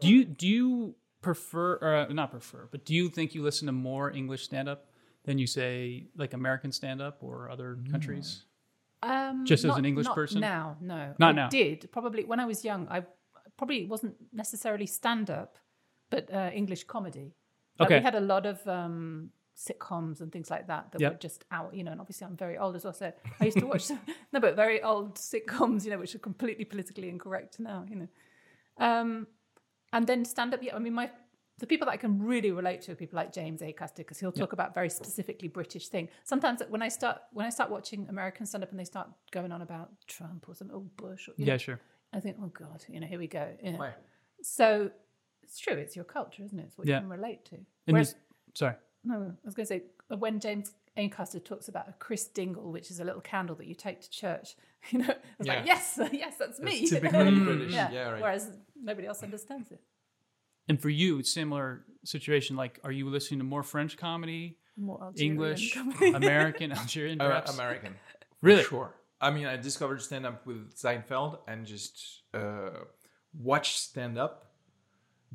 Do you do you prefer or uh, not prefer, but do you think you listen to more English stand up than you say like American stand up or other countries? Um, Just as not- an English not person? Now, no. Not I now. Did probably when I was young. I probably wasn't necessarily stand up, but uh, English comedy. Like, Okay. We had a lot of um, sitcoms and things like that that Yep. were just out, you know. And obviously, I'm very old as well, so I used to watch <laughs> some, no, but very old sitcoms, you know, which are completely politically incorrect now, you know. Um, and then stand up. Yeah, I mean, my the people that I can really relate to are people like James A. Custer because he'll talk about very specifically British thing. Sometimes when I start when I start watching American stand up and they start going on about Trump or some old Bush, or, you know, Yeah, sure. I think, oh God, you know, here we go. you know. Right. So it's true. It's your culture, isn't it? It's what Yeah. you can relate to. And Whereas, this- sorry. no, I was going to say when James Ancaster talks about a Chris Dingle, which is a little candle that you take to church. <laughs> You know, it's like yes, <laughs> yes, that's me. <laughs> typically British. Yeah, right. Whereas nobody else understands it. And for you, it's similar situation. Like, are you listening to more French comedy, More Algerian English, comedy. <laughs> American, Algerian, Uh, perhaps? <laughs> American. for Really? Sure. I mean, I discovered stand up with Seinfeld and just uh, watched stand up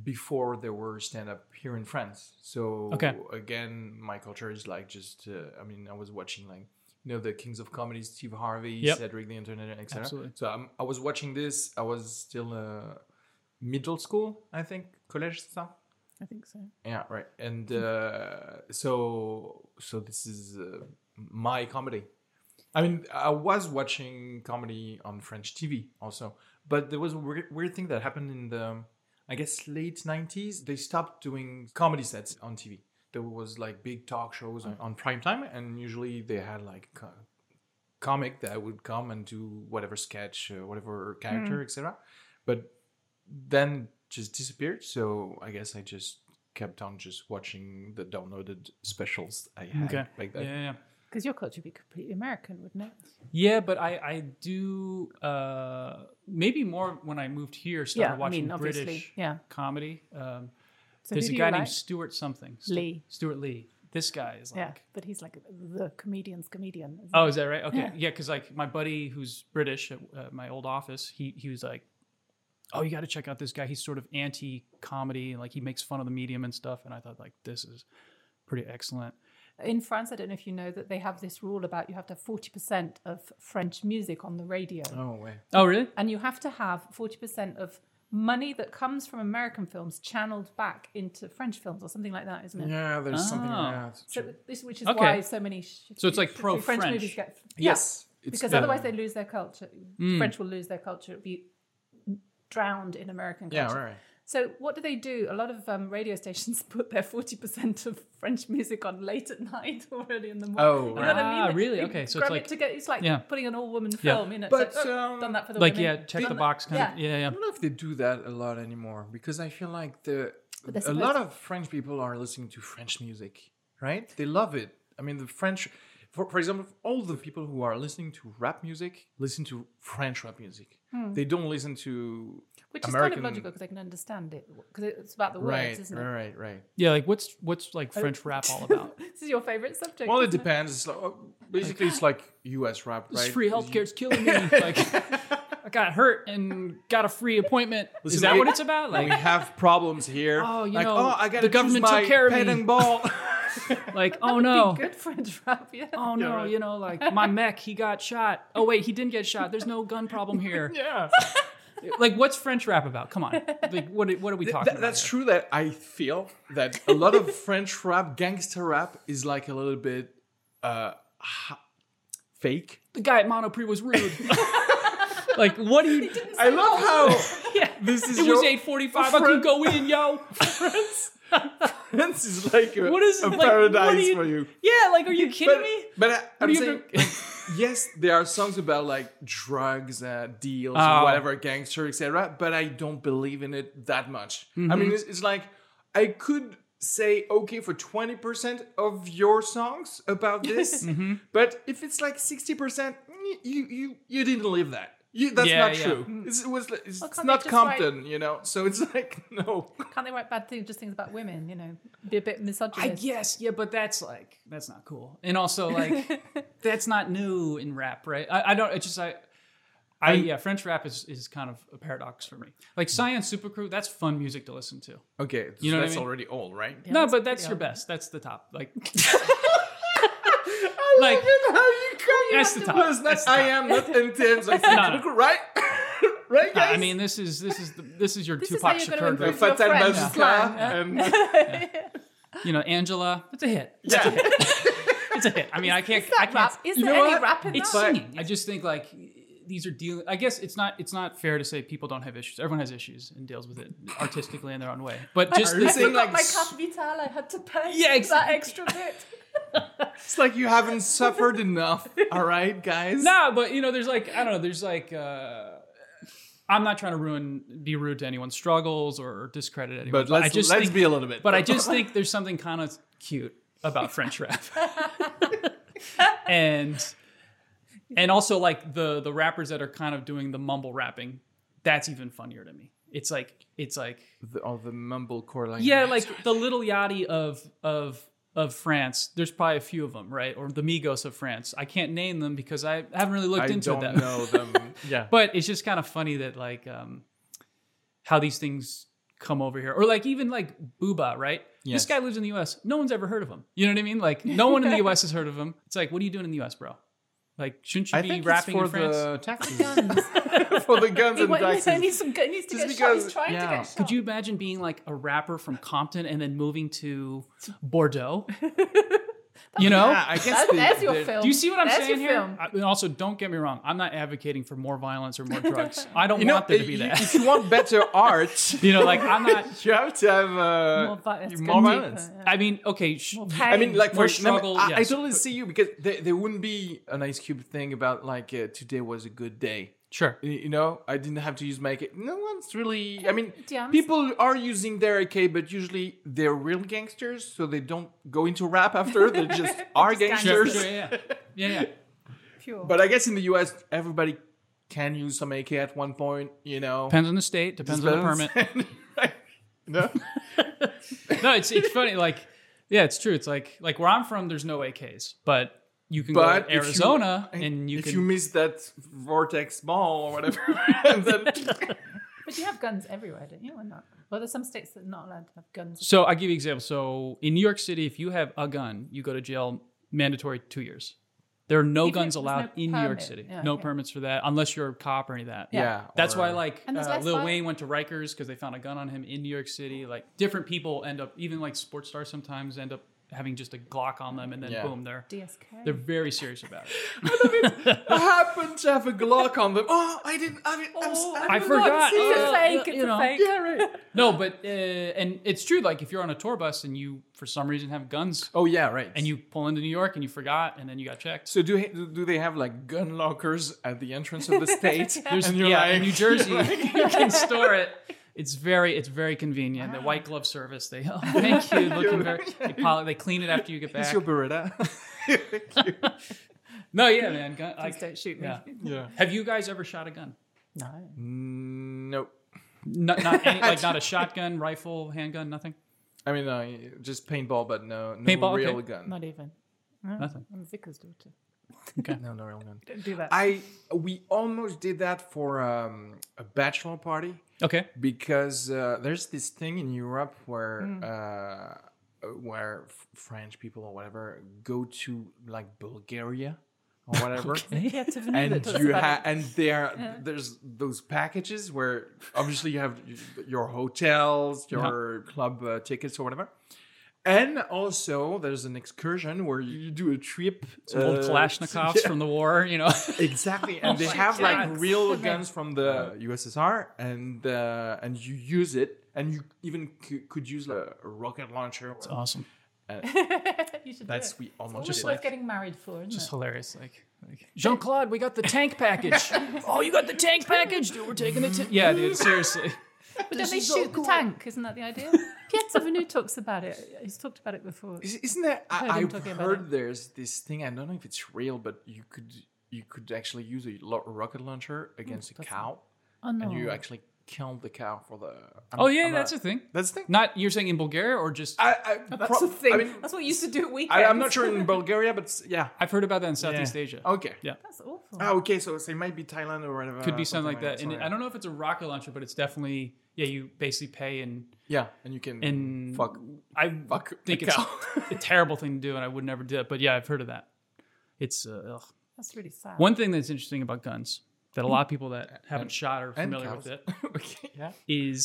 before there were stand up here in France. So Okay. again, my culture is like just. Uh, I mean, I was watching like you know the Kings of Comedy, Steve Harvey, Yep. Cedric the Entertainer, etc. Absolutely. So I'm, I was watching this. I was still uh, middle school, I think, college stuff. I think so. Yeah, right. And Hmm. uh, so so this is uh, my comedy. I mean, I was watching comedy on French TV also, but there was a weird, weird thing that happened in the I guess late 90s. They stopped doing comedy sets on TV. There was like big talk shows Mm. on, on prime time and usually they had like co- comic that would come and do whatever sketch, uh, whatever Mm. character, etc. But then just disappeared. So I guess I just kept on just watching the downloaded specials I had Okay. back Yeah, then. yeah, yeah. Because your culture would be completely American, wouldn't it? Yeah, but I I do uh, maybe more when I moved here started Yeah, I watching mean, obviously, British yeah. comedy. Um, So there's who do a you guy like? named Stuart something Stu- Lee. Stuart Lee. This guy is like Yeah, but he's like the comedian's comedian. isn't Oh, is that right? Okay, yeah, because like my buddy who's British at uh, my old office, he he was like, "Oh, you got to check out this guy. He's sort of anti-comedy and like he makes fun of the medium and stuff." And I thought like this is pretty excellent. In France, I don't know if you know that they have this rule about you have to have forty percent of French music on the radio. Oh, wait. Oh, really? and you have to have 40% of money that comes from American films channeled back into French films or something like that, isn't it? Yeah, there's something. Oh. Yeah, it's So true. this, which is Okay. why so many sh- So it's like sh- pro-French. movies get Yes, Yeah, it's because the- otherwise they lose their culture. Hmm. French will lose their culture. It'll be drowned in American culture. yeah, right. right. So what do they do? A lot of um, radio stations <laughs> put their forty percent of French music on late at night <laughs> or early in the morning. Oh, You know right. what I Ah, mean? really? You Okay, so it's grab like- it together. It's like yeah. putting an all-woman Yeah. film in it. But, so, oh, um, done that for the Like women. yeah, check Done the that- box kind of yeah. yeah yeah. I don't know if they do that a lot anymore because I feel like the they're a lot supposed- of French people are listening to French music, right? They love it. I mean, the French, for, for example, all the people who are listening to rap music listen to French rap music. They don't listen to Which American, is kind of logical because I can understand it because it's about the words, right? isn't it? right, right, right. Yeah, like what's what's like French rap <laughs> all about? This is your favorite subject. Well, it isn't depends. It's like, oh, basically, it's like U.S. rap, right? This free healthcare is <laughs> killing me. Like I got hurt and got a free appointment. is Listen, that we- what it's <laughs> about? We Like have problems here. Oh, you like, know, oh, I gotta the choose government took my care of pen me." and ball. <laughs> like oh It'd no. be good <laughs> French rap, yeah. Oh no, you know, like my mech, he got shot. Oh wait, he didn't get shot. There's no gun problem here. yeah. <laughs> Like, what's French rap about? Come on, like, what are- what are we talking Th- about? that's here? true that I feel that a lot <laughs> of French rap, gangster rap, is like a little bit uh, ha- fake. The guy at Monoprix <laughs> was rude. like, what do you? I love how <laughs> Yeah, this is it your- <laughs> was eight forty-five. I couldn't go in, yo. France is like a, What is it? a Like, what paradise do you- for you. Yeah, like, are you <laughs> kidding But, me? but I, I'm you saying, do- like, yes, there are songs about like drugs, uh, deals, Oh. or whatever, gangster, etc. But I don't believe in it that much. I Mm-hmm. mean, it's, it's like I could say okay for 20% of your songs about this, Mm-hmm. but if it's like 60%, mm, you you you didn't live that. You, that's Yeah, not yeah. Mm. true. It's, it was it's, Well, it's can't they not just write- Compton, you know. So it's <laughs> like no. Can't they write bad things, just things about women? You know, be a bit misogynist. <laughs> I guess, yeah, but that's like that's not cool, and <laughs> <laughs> also like that's not new in rap, right? I, I don't. It's just I, I, yeah, French rap is is kind of a paradox for me. Like Science Supercrew, that's fun music to listen to. Okay, You know what I mean? already old, right? no, but that's your best. That's the top. <laughs> Like, like How you come? that's the top. Plus, not- That's the I top. am not intense. I <laughs> No, think, no. right? <laughs> right, guys? I mean, this is this is the, this is <laughs> your This is how Tupac you're going to Shakur group. improve Uh, your Fatal French Bazooka slang. huh? and- <laughs> You know, Angela. It's a hit. yeah. It's a hit. I mean, I can't. I can't. Rap. Is You there know any what? rap in It's that? singing. I just think like these are dealing. I guess it's not. It's not fair to say people don't have issues. Everyone has issues and deals with it artistically in their own way. But just Are the you I saying thing. forgot like my s- cup vital. I had to pay Yeah, ex- that extra bit. <laughs> it's like you haven't suffered enough. All right, guys. No, but you know, there's like I don't know. There's like. uh I'm not trying to ruin, be rude to anyone's struggles or discredit anyone. but let's I just let's <laughs> think, be a little bit. But I just think there's something kind of cute about French rap. and and also like the the rappers that are kind of doing the mumble rapping. That's even funnier to me. It's like it's like The, all the mumblecore like yeah, like the little Yachty of of of France. There's probably a few of them, right? Or the Migos of France. I can't name them because I haven't really looked I into don't that. know them. <laughs> Yeah. but it's just kind of funny that like um how these things come over here or like even like booba right Yes. this guy lives in the us no one's ever heard of him you know what i mean like no one in the us has heard of him it's like what are you doing in the us bro like shouldn't you I be think it's rapping for in france the <laughs> <laughs> taxes. <laughs> for the guns He and went, he taxes. needs some good, needs to Just get shot. He's because- trying to yeah. get Could shot. could you imagine being like a rapper from compton and then moving to bordeaux you know Yeah, I guess That- they- there's your they- film. do you see what I'm There's saying your here? film. I- and also, don't get me wrong. I'm not advocating for more violence or more drugs. I don't You know, want there to if be you- that. if you want better art, <laughs> <laughs> you know, like I'm not. you have to have uh, More violence. more Deeper, violence. yeah. I mean, okay, sh- I mean, like More for struggle. struggle, I, I yes, totally but- see you because there, there wouldn't be an Ice Cube thing about like uh, today was a good day. sure. Y- You know, I didn't have to use my AK. No one's really. I mean, Yeah, I'm- people are using their AK, but usually they're real gangsters, so they don't go into rap after. <laughs> They just are Sure, gangsters. sure, yeah, yeah, yeah, yeah. Pure. But I guess in the U.S., everybody can use some AK at one point. You know, <laughs> Depends on the state. Depends on the permit. <laughs> <laughs> Right. no, No, it's it's funny. Like, yeah, it's true. It's like like where I'm from, there's no AKs, but you can but go if to you- Arizona and you if can. you miss that vortex mall or whatever, <laughs> and <laughs> then But you have guns everywhere, don't you? Or not? Well, there's some states that are not allowed to have guns. so I give you example. So in New York City, if you have a gun, you go to jail, mandatory two years. There are no Even if guns there's allowed no in New York permit. City. Yeah, no okay. permits for that, unless you're a cop or any of that. Yeah. That's why, or- like, And there's uh, less Lil fun. Wayne went to Rikers because they found a gun on him in New York City. Like, different people end up, even like sports stars sometimes end up having just a Glock on them, and then Yeah. boom, they're DSK. <laughs> they're very serious about it. <laughs> <laughs> I happen to have a Glock on them. Oh, I didn't. I mean, I'm, s- Oh, I forgot. forgot. it's uh, a fake. It's you know. a fake. Yeah, right. <laughs> No, but uh, and it's true. Like, if you're on a tour bus and you, for some reason, have guns Oh yeah, right. and you pull into New York and you forgot, and then you got checked. So do he- do they have like gun lockers at the entrance <laughs> of the state? There's, And you're yeah, <laughs> like- in New Jersey, <laughs> you can store it. It's very, it's very convenient. The white glove service, they <laughs> oh, <laughs> thank you, looking very, they, poly, they clean it after you get It's back. your Beretta. <laughs> No, yeah, man. Gun, like, Please don't shoot me. yeah. yeah. Have you guys ever shot a gun? No. No, Not, not any, like not a shotgun, rifle, handgun, nothing. I mean uh, just paintball, but no, no Paintball, real okay. gun. Not even. No. Nothing. I'm Vicar's daughter. No, no real gun. Don't do that. I we almost did that for um, a bachelor party. Okay. because uh, there's this thing in Europe where Hmm. uh, where f- French people or whatever go to like Bulgaria <laughs> or whatever. yeah, to vanilla And talks you about ha- and there there's those packages where obviously you have your hotels, your club uh, tickets or whatever, and also there's an excursion where you do a trip. Some old uh, Kalashnikovs yeah. from the war, you know. <laughs> Exactly, and they have God. like real guns from the USSR, and uh, and you use it, and you even c- could use a rocket launcher. awesome. you should That's do we it. almost Just just worth like getting married for, isn't It's it? hilarious. Like, like Jean Claude, we got the tank package. <laughs> oh, you got the tank package, dude. We're taking the tank. Yeah, dude. Seriously. But don't they shoot the tank? Isn't that the idea? <laughs> Pietro Venu talks about it. He's talked about it before. Is- isn't there? heard him I, I've talking about heard there's this thing. I don't know if it's real, but you could you could actually use a lo- rocket launcher against a cow, Oh, no. and you actually kill the cow for the. I'm- <laughs> Oh yeah, I'm that's not- a thing. That's the thing. Not you're saying in Bulgaria or just I, I, That's pro- the thing. I mean, That's what we used to do at weekends. I, I'm not sure in Bulgaria, but s- yeah. I've heard about that in Southeast Yeah. Asia. Okay. Yeah. Oh, That's awful. Ah, okay, so it might be Thailand or whatever. Could be something like that. sorry. And I don't know if it's a rocket launcher, but it's definitely yeah. You basically pay and Yeah, and you can and fuck. I Fuck a think it's cow. <laughs> a terrible thing to do, and I would never do it. But yeah, I've heard of that. It's uh, ugh. That's really sad. one thing that's interesting about guns that a lot of people that haven't shot are and familiar with cows. it <laughs> <laughs> okay. Yeah. is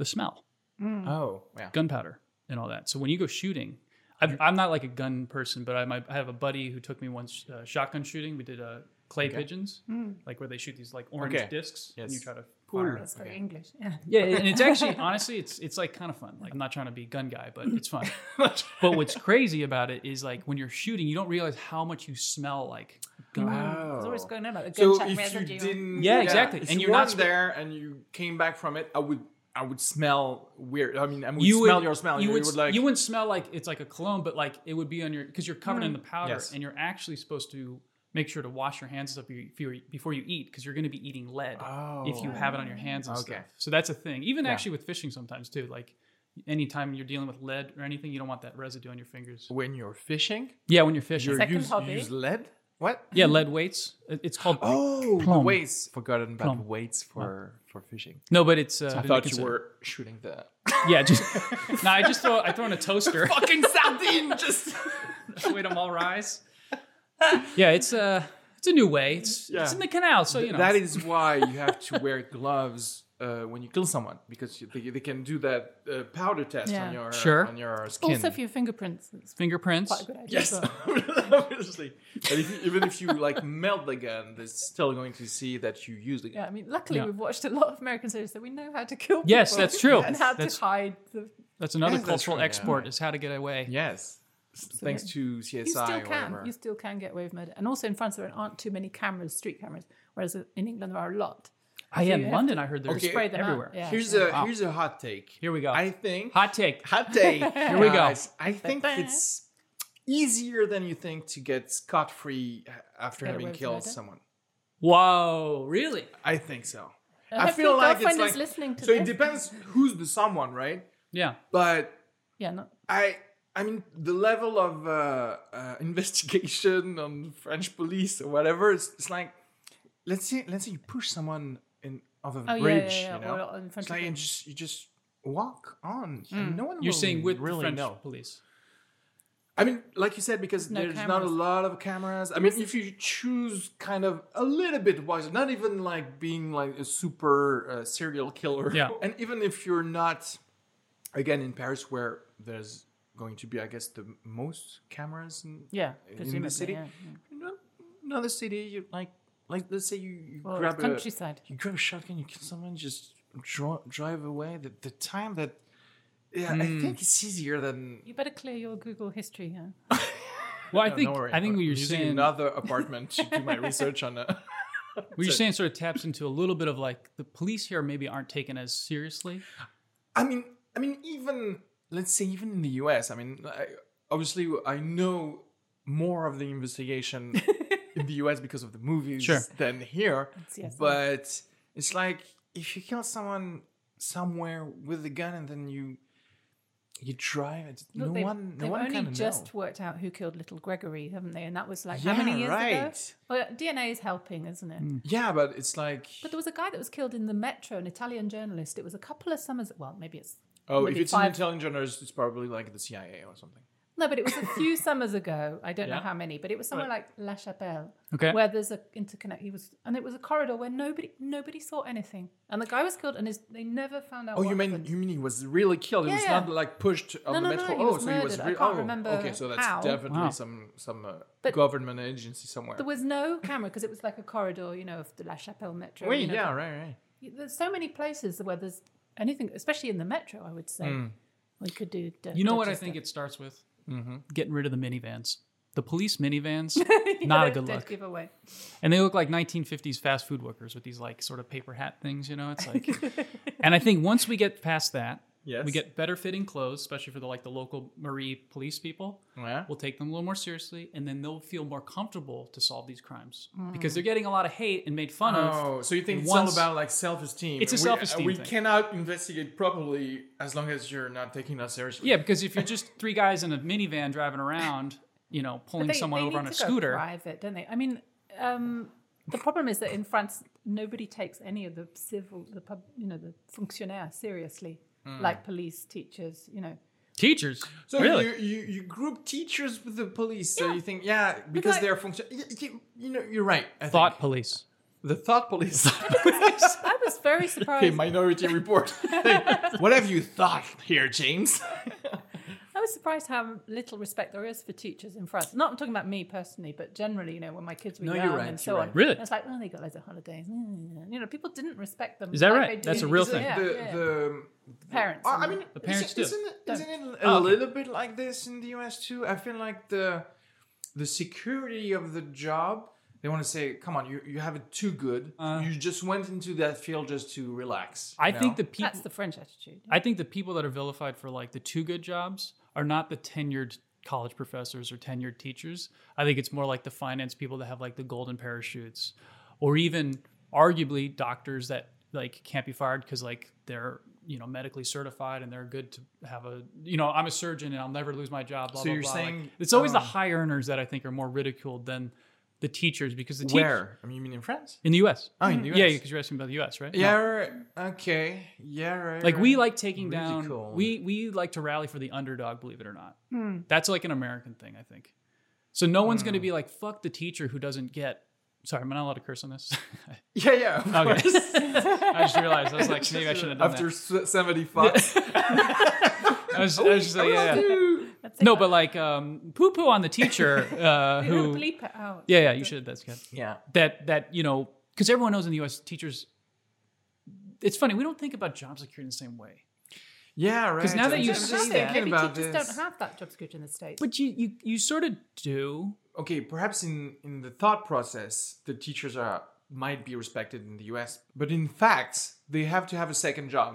the smell, Oh, yeah. gunpowder, and all that. So when you go shooting, I've, I'm not like a gun person, but I, might, I have a buddy who took me once uh, shotgun shooting. We did uh, clay pigeons, like where they shoot these like orange Okay. discs, and you Yes. <laughs> try to Cool. That's very English. Yeah. Yeah, and it's actually honestly, it's it's like kind of fun. Like I'm not trying to be gun guy, but <laughs> it's fun. but what's crazy about it is like when you're shooting, you don't realize how much you smell like gun. There's always going on about the So gunshot if you residue. didn't, Yeah, exactly. If And you you're not weren't sp- there, and you came back from it. I would I would smell weird. I mean, I would you smell your smell. You, would, would like you wouldn't smell like it's like a cologne, but like it would be on your because you're covered in the powder, Yes. and you're actually supposed to make sure to wash your hands up before you- before you eat because you're going to be eating lead if you have it on your hands and Oh, Okay. stuff. So that's a thing. Even Yeah. actually with fishing sometimes too. Like anytime you're dealing with lead or anything, you don't want that residue on your fingers. when you're fishing. Yeah, when you're fishing. You Second use, hobby. use lead. What? yeah, lead weights. It- It's called. Oh, the Plum. weights. Forgotten about Plum. weights for for fishing. No, but it's. Uh, I thought you were shooting the Yeah, just. <laughs> no, I just throw. I throw in a toaster. <laughs> fucking sardine. Just <laughs> Wait, them all rise. Yeah, it's uh it's a new way. It's it's Yeah. in the canal, so you know. that <laughs> is why you have to wear gloves uh, when you kill someone because you, they, they can do that uh, powder test on Yeah. your Sure. on your skin. Also for your fingerprints. It's fingerprints. quite a good <laughs> idea. <laughs> Yes, as well. obviously. But if you- even if you like melt the gun, they're still going to see that you used the gun. Yeah, I mean, luckily Yeah. we've watched a lot of American series, so we know how to kill people. Yes, that's true. <laughs> And how That's- to hide the. That's another Yes, that's cultural true, yeah. export is how to get away. Yes, thanks to CSI You still or can. whatever. You still can get away with murder. And also in France, there aren't too many cameras, street cameras, whereas in England there are a lot. I So am you have London. I heard there's Okay, Spray them out, everywhere. yeah. Here's a here's a hot take. Here we go. I think Hot take. hot <laughs> take. Here we go. I think it's easier than you think to get scot free after Get away having with killed murder? someone. Whoa, really? I think so. I I hope feel your like it's girlfriend like is listening to so it this. depends who's the someone, right? Yeah. But Yeah, not, I I mean the level of uh, uh, <laughs> investigation on French police or whatever it's, it's like let's say let's say you push someone in off a Oh, yeah, bridge yeah, yeah, you know or in front it's of like them. you Hmm. just you just walk on and no one You're will saying with the really French know police. I mean like you said because No there's not cameras. a lot of cameras I mean if you choose kind of a little bit wiser not even like being like a super uh, serial killer Yeah. <laughs> and even if you're not again in Paris where there's going to be I guess the most cameras in, yeah, in the presumably, city. yeah. No, another city you like like let's say you, you Well, grab it's a countryside. you grab a shotgun you kill someone just draw, drive away the, the time that yeah I think it's easier than You better clear your Google history. Huh? Well, I No, think don't worry, I think I'm what you're using saying another apartment to do my research on a what you're saying sort of taps into a little bit of like the police here maybe aren't taken as seriously. <laughs> I mean, I mean, even let's say even in the U.S. I mean, I, obviously, I know more of the investigation <laughs> in the U.S. because of the movies Sure. than here. yes, But it's like if you kill someone somewhere with a gun and then you you drive it, no they've, one, no they've one only kind of just know. worked out who killed little Gregory, haven't they? And that was like Yeah, how many years ago? right. Mm. Well, DNA is helping, isn't it? Yeah, but it's like But there was a guy that was killed in the metro, an Italian journalist. It was a couple of summers. Well, maybe it's oh, if maybe it's an five- Italian journalist, it's probably like the CIA or something. no, but <laughs> it was a few summers ago. I don't Yeah. know how many, but it was somewhere like La Chapelle, Okay. where there's a interconnect. He was, and it was a corridor where nobody nobody saw anything, and the guy was killed, and his, they never found out. Oh, you what mean happened. you mean he was really killed? He Yeah, was yeah. not like pushed on the No, no, no, metro. he oh, was so he was. murdered. I Re- can't oh, remember Okay, so that's how. definitely Wow. some some uh, But- government agency somewhere. There was no camera because it was like a corridor, you know, of the La Chapelle metro. Wait, you know, yeah, right, right. There's so many places where there's anything, especially in the metro. I would say Mm. we could do. d- You know what dodgy I think stuff. it starts with? Mm-hmm. Getting rid of the minivans. The police <laughs> minivans, not a good Dead look. giveaway. And they look like 1950s fast food workers with these like sort of paper hat things, you know? It's <laughs> like And I think once we get past that, Yes. we get better fitting clothes, especially for the like the local Marie police people. Oh, Yeah. We'll take them a little more seriously and then they'll feel more comfortable to solve these crimes Mm. because they're getting a lot of hate and made fun of. Oh, so you think it's all Once- about like self-esteem? It's a We- uh, self-esteem We, thing. cannot investigate properly as long as you're not taking us seriously. Yeah, because if you're just three guys in a minivan driving around, you know, pulling But someone over need on a to go scooter. private, don't they? I mean, um, the problem is that in France, nobody takes any of the civil, the pub, you know, the fonctionnaires seriously, Mm. like police, teachers, you know. Teachers. So really? you, you you group teachers with the police. So you think yeah because I- they're function. You, you- you know you're right. I think. Thought police. the thought <laughs> <laughs> police. I was very surprised. <laughs> okay, Minority Report. what have you thought here, James? I was surprised how little respect there is for teachers in France. Not I'm talking about me personally, but generally, you know, when my kids were No, you're young right, and so you're on. right. Really? It's like, oh, they got loads of holidays. Mm. You know, people didn't respect them. Is that like right? they do That's a the- real Isn't thing. it Yeah, The, yeah. the- um, parents. I I and- mean, the parents do. isn't, isn't it, isn't it a Oh, okay. little bit like this in the US too? I feel like the the security of the job They want to say, "Come on, you you have it too good. Uh. you just went into that field just to relax." I you know? think the people That's the French attitude. I think the people that are vilified for like the two good jobs are not the tenured college professors or tenured teachers. I think it's more like the finance people that have like the golden parachutes or even arguably doctors that like can't be fired cuz like they're, you know, medically certified and they're good to have a, you know, I'm a surgeon and I'll never lose my job blah So blah you're blah. saying, like, it's always the um, high earners that I think are more ridiculed than the teachers because the teachers where I mean, you mean in France? in the US. Oh, in the Mm-hmm. Yeah, US. because you're asking about the US, right? Yeah. right. Okay. Yeah. Right. Like right. we like taking down. Ridicule. We we like to rally for the underdog, believe it or not. That's like an American thing, I think. So no one's Hmm. going to be like, "Fuck the teacher who doesn't get." Sorry, am I not allowed to curse on this? <laughs> Yeah. Yeah. of Okay. course. <laughs> I just realized I was like, maybe I shouldn't have After done that. se- <laughs> seventy-five. I was, I was just like, yeah, <laughs> yeah. That's it. No, but like, um, poo poo on the teacher uh, You're gonna who. bleep it out. Yeah, yeah, you should. That's good. yeah. That that you know, because everyone knows in the U.S. teachers. It's funny we don't think about job security in the same way. Yeah. Right. 'Cause now that I'm you just say thinking that- Maybe about teachers this. don't have that job security in the states. But you you you sort of do. okay, perhaps in in the thought process, the teachers are might be respected in the U.S., but in fact, they have to have a second job.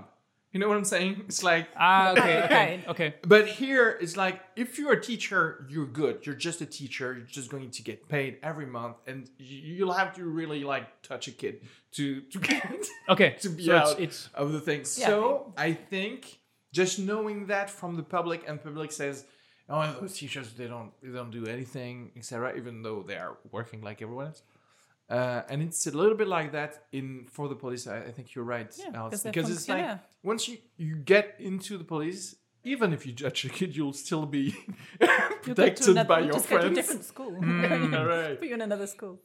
You know what I'm saying? It's like, Ah, okay, okay, Right. okay. but here it's like, if you're a teacher, you're good. You're just a teacher. You're just going to get paid every month, and you- you'll have to really like touch a kid to to <laughs> get Okay, to be so out It's, it's of the thing. Yeah. So I think just knowing that from the public and public says, oh, those teachers they don't they don't do anything, etc. Even though they are working like everyone else. Uh, and it's a little bit like that in for the police. I, I think you're right, Yeah, Alice, because they're because it's like functionnaire. once you you get into the police, even if you judge a kid, you'll still be <laughs> You'll go to protected another- by you'll your just go to a friends. different school. Hmm, <laughs> All right. Put you in another school.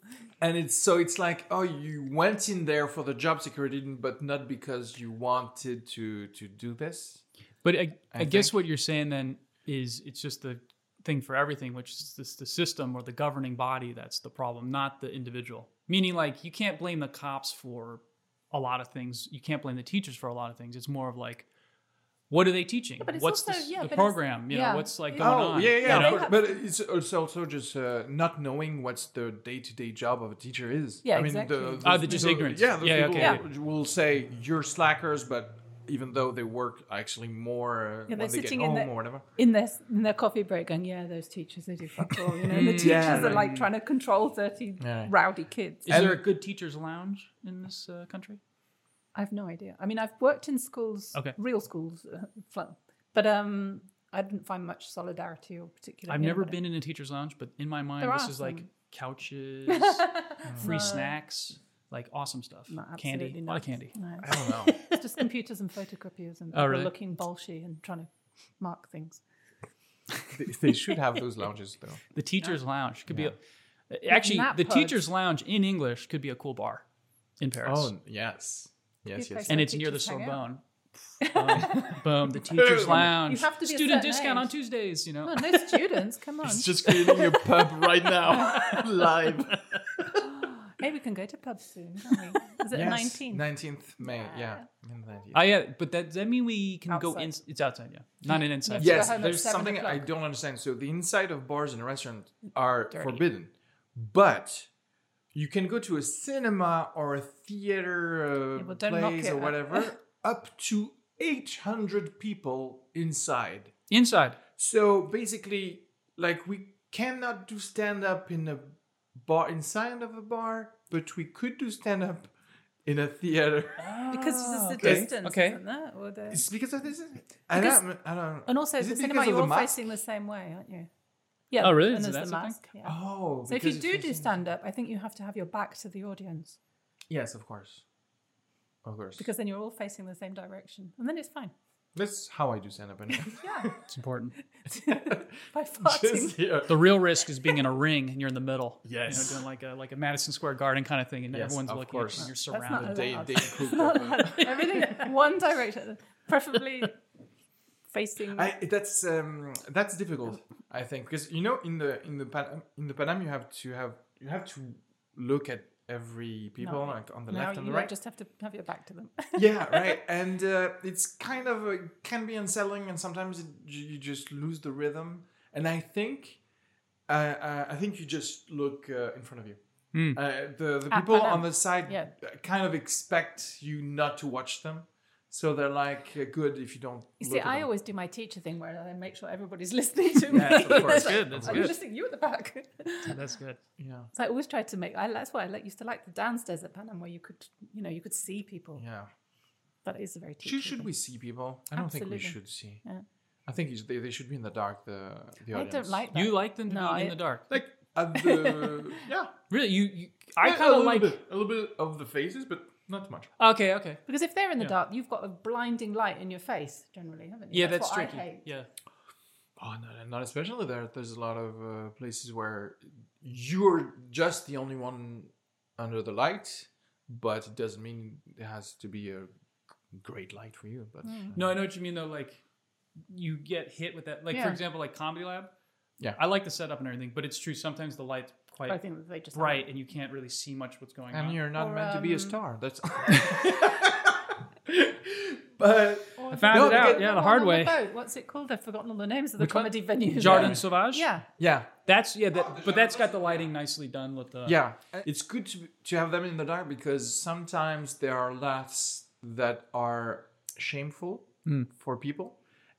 And it's so it's like, oh, you went in there for the job security, but not because you wanted to to do this. But I, I, guess think. what you're saying then is it's just the thing for everything, which is this, the system or the governing body that's the problem, not the individual. Meaning, like, you can't blame the cops for a lot of things. You can't blame the teachers for a lot of things. It's more of like, what are they teaching? but it's what's also- the, s- yeah, the but it's- program? You know, yeah. what's like Yeah. going oh, on? yeah, you yeah. know? of they course. have- But it's it's also just uh, not knowing what's the day to day job of a teacher is. Yeah, I mean, exactly. The, Ah, the- they're just the- ignorant. Yeah, the Yeah, people okay. who will say you're slackers, but even though they work actually more uh, Yeah, when they're they get sitting in home the- or whatever. in their in their coffee break going, yeah, those teachers they do fuck all. You know, Hmm, the teachers are like trying to control thirty rowdy kids. Is there a good teacher's lounge in this uh, country? I have no idea. I mean, I've worked in schools, Okay. real schools, uh, fun, but um, I didn't find much solidarity or particular. I've never anybody. been in a teacher's lounge, but in my mind, There this are is like some. <laughs> couches, free snacks, like awesome stuff, No, candy, absolutely a lot of not. candy. No. I don't know. <laughs> it's just computers and photocopiers and Oh, people really? looking bolshy and trying to mark <laughs> things. they, they should have those lounges though. The teacher's lounge could be a, actually nap the pods. teacher's lounge in English could be a cool bar in Paris, Oh yes, yes, Good yes. place. and it's near the Teachers hang Sorbonne. <laughs> boom, boom, the teacher's lounge. You have to be a student certain discount on age. Tuesdays. You know, Oh, no students, come on. It's just creating a pub right <laughs> now, live. Hey, we can go to pubs soon, can't we? <laughs> Is it nineteen? 19th May, yeah. in the 19th. I Oh, yeah, but that does that mean we can go Outside. in? It's outside, yeah, not an inside. Yeah. yes, home at there's 7 something I o'clock. don't understand. So the inside of bars and restaurants are forbidden, but you can go to a cinema or a theater uh, Yeah, but don't knock place it or up. whatever <laughs> up to 800 people inside. Inside, So basically, like we cannot do stand up in a bar inside of a bar, but we could do stand up in a <laughs> theater. Because it's the okay. distance, Okay. isn't that? Or the... It's because of this. I Because- don't. I don't. And also, Is the it cinema, because of you're all the mask? facing the same way, aren't you? Yeah. Oh, really? And Is there's that the something? mask. Yeah. Oh, so if you because do it's do facing- stand up, I think you have to have your back to the audience Yes, of course. Of course. because then you're all facing the same direction, and then it's fine. that's how I do stand up <laughs> anyway. <laughs> Yeah. it's important. By <laughs> farting. yeah. <laughs> The real risk is being in a ring and you're in the middle. Yes. you know, doing like a like a Madison Square Garden kind of thing, and Yes, everyone's of looking at course. you and you're not surrounded. allowed. They, Wow. they <laughs> cook over. Everything one direction, preferably facing. I, that's um, that's difficult, I think, because you know, in the in the Pan, in the Panam, you have to have you have to look at every people No. like on the now left and you the right. just have to have your back to them. <laughs> yeah, right. And uh, it's kind of uh can be unsettling, and sometimes it, you you just lose the rhythm. And I think, uh, uh, I think you just look uh, in front of you. Uh, the the Ah, people I know. on the side Yeah. kind of expect you not to watch them, so they're like, uh, "Good if you don't." You look see, at I them. always do my teacher thing where I make sure everybody's <laughs> listening to me. Yes, of course. <laughs> It's like, Good, that's I'm good. listening to you at the back. <laughs> That's good. Yeah, So I always tried to make. I, that's why I like, used to like the downstairs at Panam, where you could, you know, you could see people. yeah. That is a very teacher. Should, should we see people? I don't think we Absolutely. should see. Yeah. I think it's- they, they should be in the dark. The the I audience. don't like that. You like them to No, be in I- the dark. like at the <laughs> yeah. Really, you, you I Yeah, a kind of little like bit- a little bit of the faces, but not too much. Okay, okay. because if they're in the Yeah. dark, you've got a blinding light in your face generally, haven't you? Yeah, that's, what I tricky. hate. Yeah. Oh, no, not especially there. There's a lot of uh, places where you're just the only one under the light, but it doesn't mean it has to be a great light for you. But uh, No, I know what you mean though. Like you get hit with that. Like for Yeah. example, like comedy lab. Yeah. I like the setup and everything, but it's true. Sometimes the light's But I quite think that they just bright, and you can't really see much what's going and on. you're not Or, meant to be a um, star. That's. <laughs> but I found No, it out, because- yeah, the one hard on way. boat. What's it called? I've forgotten all the names of the Which one? comedy venues. Jardin Sauvage. Yeah. yeah, That's yeah. That, but that's got the lighting nicely done with the. yeah, it's good to, to have them in the dark because sometimes there are laughs that are shameful Hmm. for people,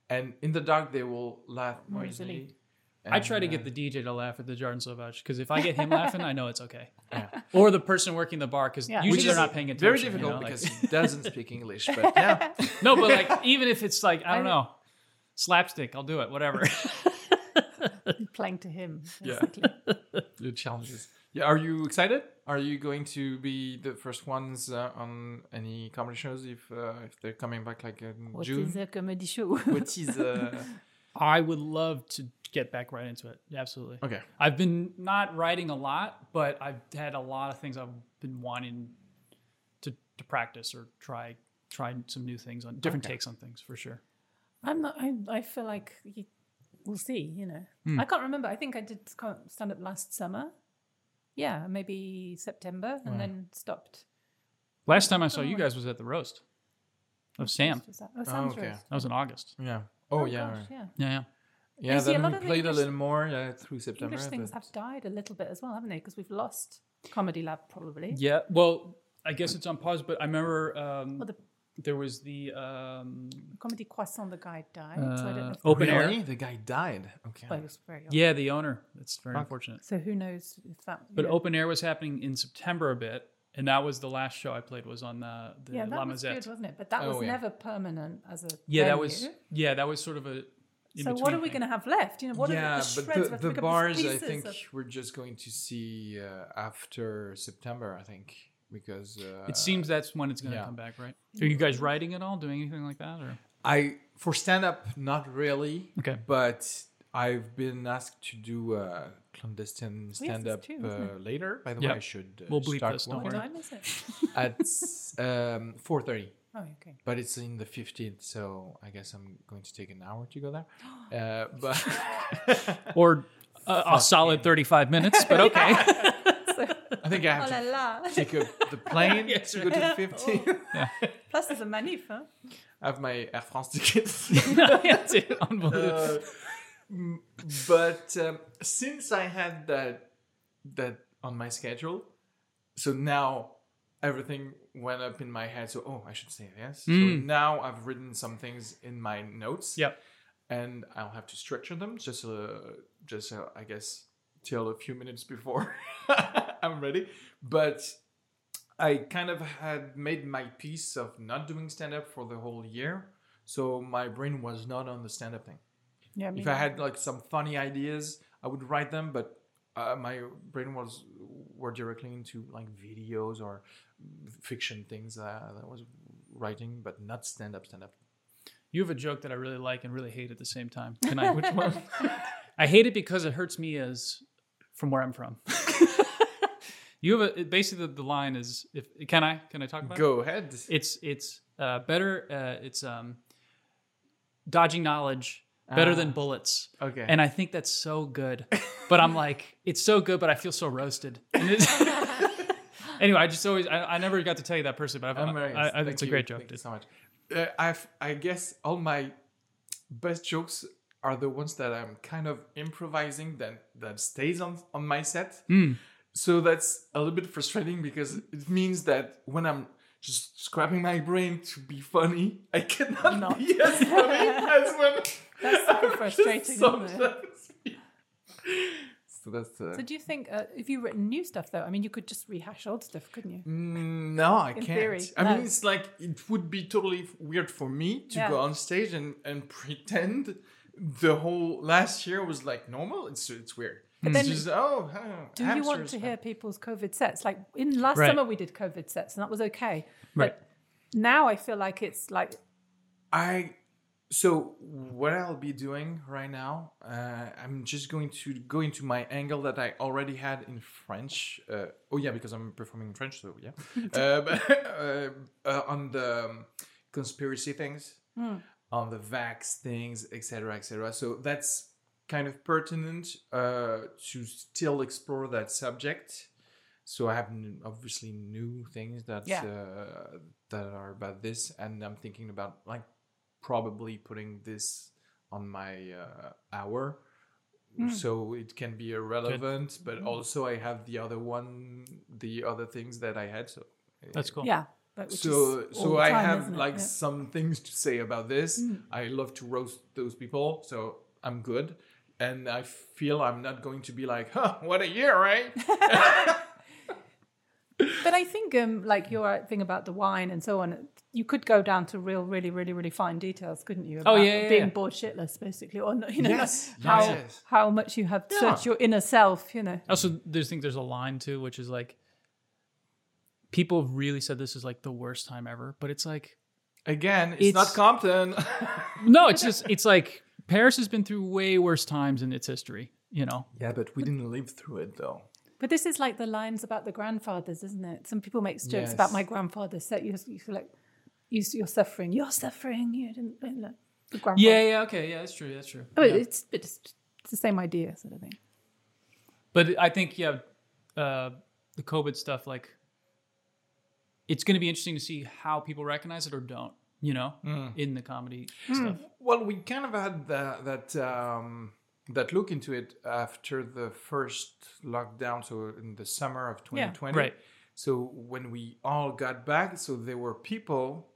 and in the dark they will laugh more easily. easily. I try to get the DJ to laugh at the Jardin Sauvage because if I get him laughing, I know it's <laughs> okay. Or the person working the bar because Yeah. usually Which they're is not paying attention. Very you difficult know, like- <laughs> because he doesn't speak English, <laughs> but yeah. no, but <laughs> like even if it's like I don't I- know, slapstick, I'll do it. Whatever. <laughs> Playing to him. Yeah. Basically. <laughs> the challenges. Yeah, are you excited? Are you going to be the first ones uh, on any comedy shows if uh, if they're coming back like in What June? is a comedy show? What is uh... I would love to get back right into it. Absolutely. okay? I've been not writing a lot, but I've had a lot of things I've been wanting to, to practice or try try some new things on different takes on things for sure. <laughs> I'm not. I, I feel like you, we'll see. You know, I can't remember. I think I did stand up last summer. Yeah, maybe September, and then stopped. Last time I Oh, saw you guys was at the roast of Sam. Was that? Oh, Sam's okay. Roast. That was in August. Yeah. Oh, Gosh, yeah. right. yeah. Yeah, yeah. Yeah. see, a Then lot we of the played a English- little more yeah, through September. English things but- have died a little bit as well, haven't they? Because we've lost Comedy Lab probably. Yeah. Well, I guess it's on pause, but I remember um, Well, the Oh. there was the um, Comedy Croissant, the guy died. so I don't know. uh, If open Really? air. The guy died. Okay. well, he was very old. Yeah, the owner. That's very unfortunate. So who knows if that? But you know. open air was happening in September a bit, and that was the last show I played was on the, the yeah, that La was Mazette. good, wasn't it? But that Oh, was yeah. never permanent as a. Yeah, that venue. was yeah, that was sort of a. In So what are we thing. going to have left? You know, what yeah, are the, the but shreds? the, left? We the could put bars, I pieces think of- we're just going to see uh, after September, I think, because uh, It seems that's when it's going to yeah. come back, right? Are you guys writing at all, doing anything like that, or I for stand up not really. Okay. But I've been asked to do uh, clandestine yes, stand up it's true, isn't uh, later. By the Yeah. way, I should uh, We'll bleep start this, don't one What worry. time is it? at <laughs> um, four thirty. Oh, okay. But it's in the fifteenth, so I guess I'm going to take an hour to go there. <gasps> Uh, <laughs> but or a, a solid thirty-five <laughs> minutes? But okay, I think Oh, I have to pick up the plane to go to the fifteenth. Plus, there's a manif. <laughs> Huh? I have my Air France tickets. <laughs> That's it. Unbelievable. Uh, m- but um, since I had that that on my schedule, so now everything went up in my head. So oh, I should say yes. So now I've written some things in my notes. Yep. and I'll have to structure them just uh, just uh, I guess till a few minutes before <laughs> I'm ready. But I kind of had made my piece of not doing stand up for the whole year, so my brain was not on the stand up thing. Yeah, me If I neither. had like some funny ideas, I would write them, but uh, my brain was were directly into like videos or fiction things that I was writing, but not stand up. Stand up. You have a joke that I really like and really hate at the same time. Can I? Which <laughs> one? I hate it because it hurts me as from where I'm <laughs> from. you have a basically the, the line is if can I can I talk about it? Go ahead. It's it's uh, better. Uh, it's um, dodging knowledge better than bullets. Ah. okay. And I think that's so good, but I'm like, it's so good, but I feel so roasted. And it's- <laughs> anyway, I just always I, I never got to tell you that person, but I've, I'm I, very- I, I, thank it's a you. great joke. Thank you so much. Uh, I've, I guess all my best jokes Hmm. are the ones that I'm kind of improvising that that stays on on my set. So that's a little bit frustrating because it means that when I'm just scrapping my brain to be funny, I cannot Not. be as <laughs> funny as when <laughs> That's super frustrating, isn't it? sometimes be- So that's uh, So do you think uh, if you written new stuff though? I mean, you could just rehash old stuff, couldn't you? Mm, No, I In can't. theory, I no. mean, it's like it would be totally f- weird for me to Yeah. go on stage and, and <laughs> pretend the whole last year was like normal. It's it's weird. But it's then just oh, huh, Do you want hamsters. to hear people's COVID sets? Like in last Right. summer, we did COVID sets, and that was okay. Right. Now I feel like it's like I so what I'll be doing right now, uh, I'm just going to go into my angle that I already had in French. Uh, oh yeah, because I'm performing in French, <laughs> so yeah. uh, but, <laughs> uh, uh, on the um, conspiracy things, mm, on um, the vax things, etc., etc. So that's kind of pertinent uh, to still explore that subject. So I have n- obviously new things that Yeah. uh, that are about this, and I'm thinking about like probably putting this on my uh, hour so it can be irrelevant but also i have the other one the other things that i had so That's cool. yeah. But which so is all so the i time, have isn't it? like Yeah. Mm. some things to say about this i love to roast those people so i'm good and i feel i'm not going to be like huh what a year <laughs> right But I think, um, like your thing about the wine and so on, you could go down to real, really, really, really fine details, couldn't you? About Oh, yeah, yeah, being yeah. bored shitless, basically, or not- you know, Yes, like, how yes. how much you have searched your inner self, you know. Also, there's think there's a line too, which is like, people have really said this is like the worst time ever, but it's like, again it's, It's- not compton <laughs> no, it's just it's like Paris has been through way worse times in its history. You know, yeah but we didn't live through it though But this is like the lines about the grandfathers, isn't it? Some people make jokes about Yes. my grandfather. So you, you feel like you, you're suffering. You're suffering. You didn't. You know, the grandfather. Yeah, yeah, okay, yeah, that's true, that's true. Oh, Yeah. it's, it's it's the same idea, sort of thing. But I think yeah, uh, the COVID stuff like, it's going to be interesting to see how people recognize it or don't. You know, in the comedy Hmm. stuff. Well, we kind of had that that um, that look into it after the first lockdown, so in the summer of 2020. Right. So when we all got back, so there were people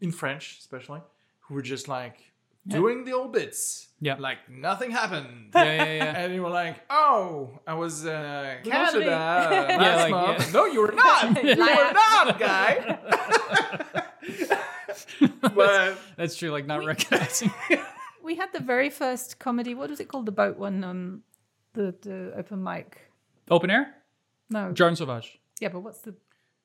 in French, especially, who were just like doing the old bits, Yeah. like nothing happened. <laughs> Yeah, yeah, yeah. And you were like, "Oh, I was uh, Lovely. Canada last <laughs> Yeah, like, month." yeah. No, you were <laughs> not. you were not, guy. <laughs> but That's true. Like not recognizing. <laughs> We had the very first comedy. What was it called? The boat one. Um, the the open mic. Open air. No. Jardin Sauvage. yeah, but what's the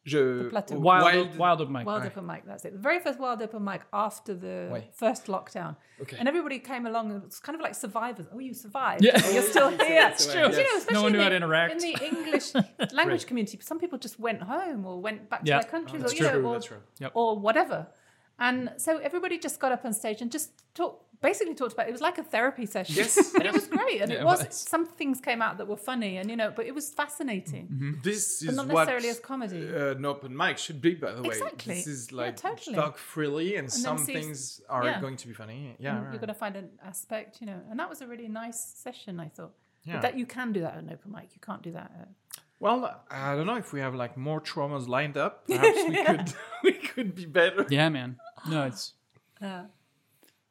je, plateau. Wild, wild, open mic. Wild Open Mic, that's it. The very first Wild Open Mic after the Wait. first lockdown. Okay. And everybody came along and it's kind of like survivors. Oh, you survived. Yeah. You're <laughs> still here. That's Do true. You know, Yes. especially No one knew in how the- to interact. In the <laughs> English language community, some people just went home or went back to Yeah. Oh, their countries that's or, you true, know, or, that's true. Yep. or whatever. And so everybody just got up on stage and just talked, basically talked about it. was like a therapy session. Yes, and <laughs> it was great. And Yeah, it it was, was. some things came out that were funny and, you know, but it was fascinating. Mm-hmm. this But is not what necessarily as comedy. uh, an open mic should be by the way Exactly. this is Yeah, like totally. talk freely and, then some see- things are yeah. Mm, going to be funny yeah right, you're right. going to find an aspect, you know. And that was a really nice session, I thought. But Yeah. That you can do that at an open mic. You can't do that. At, well i don't know if we have like more traumas lined up perhaps <laughs> we could <laughs> we could be better Yeah, man. No, it's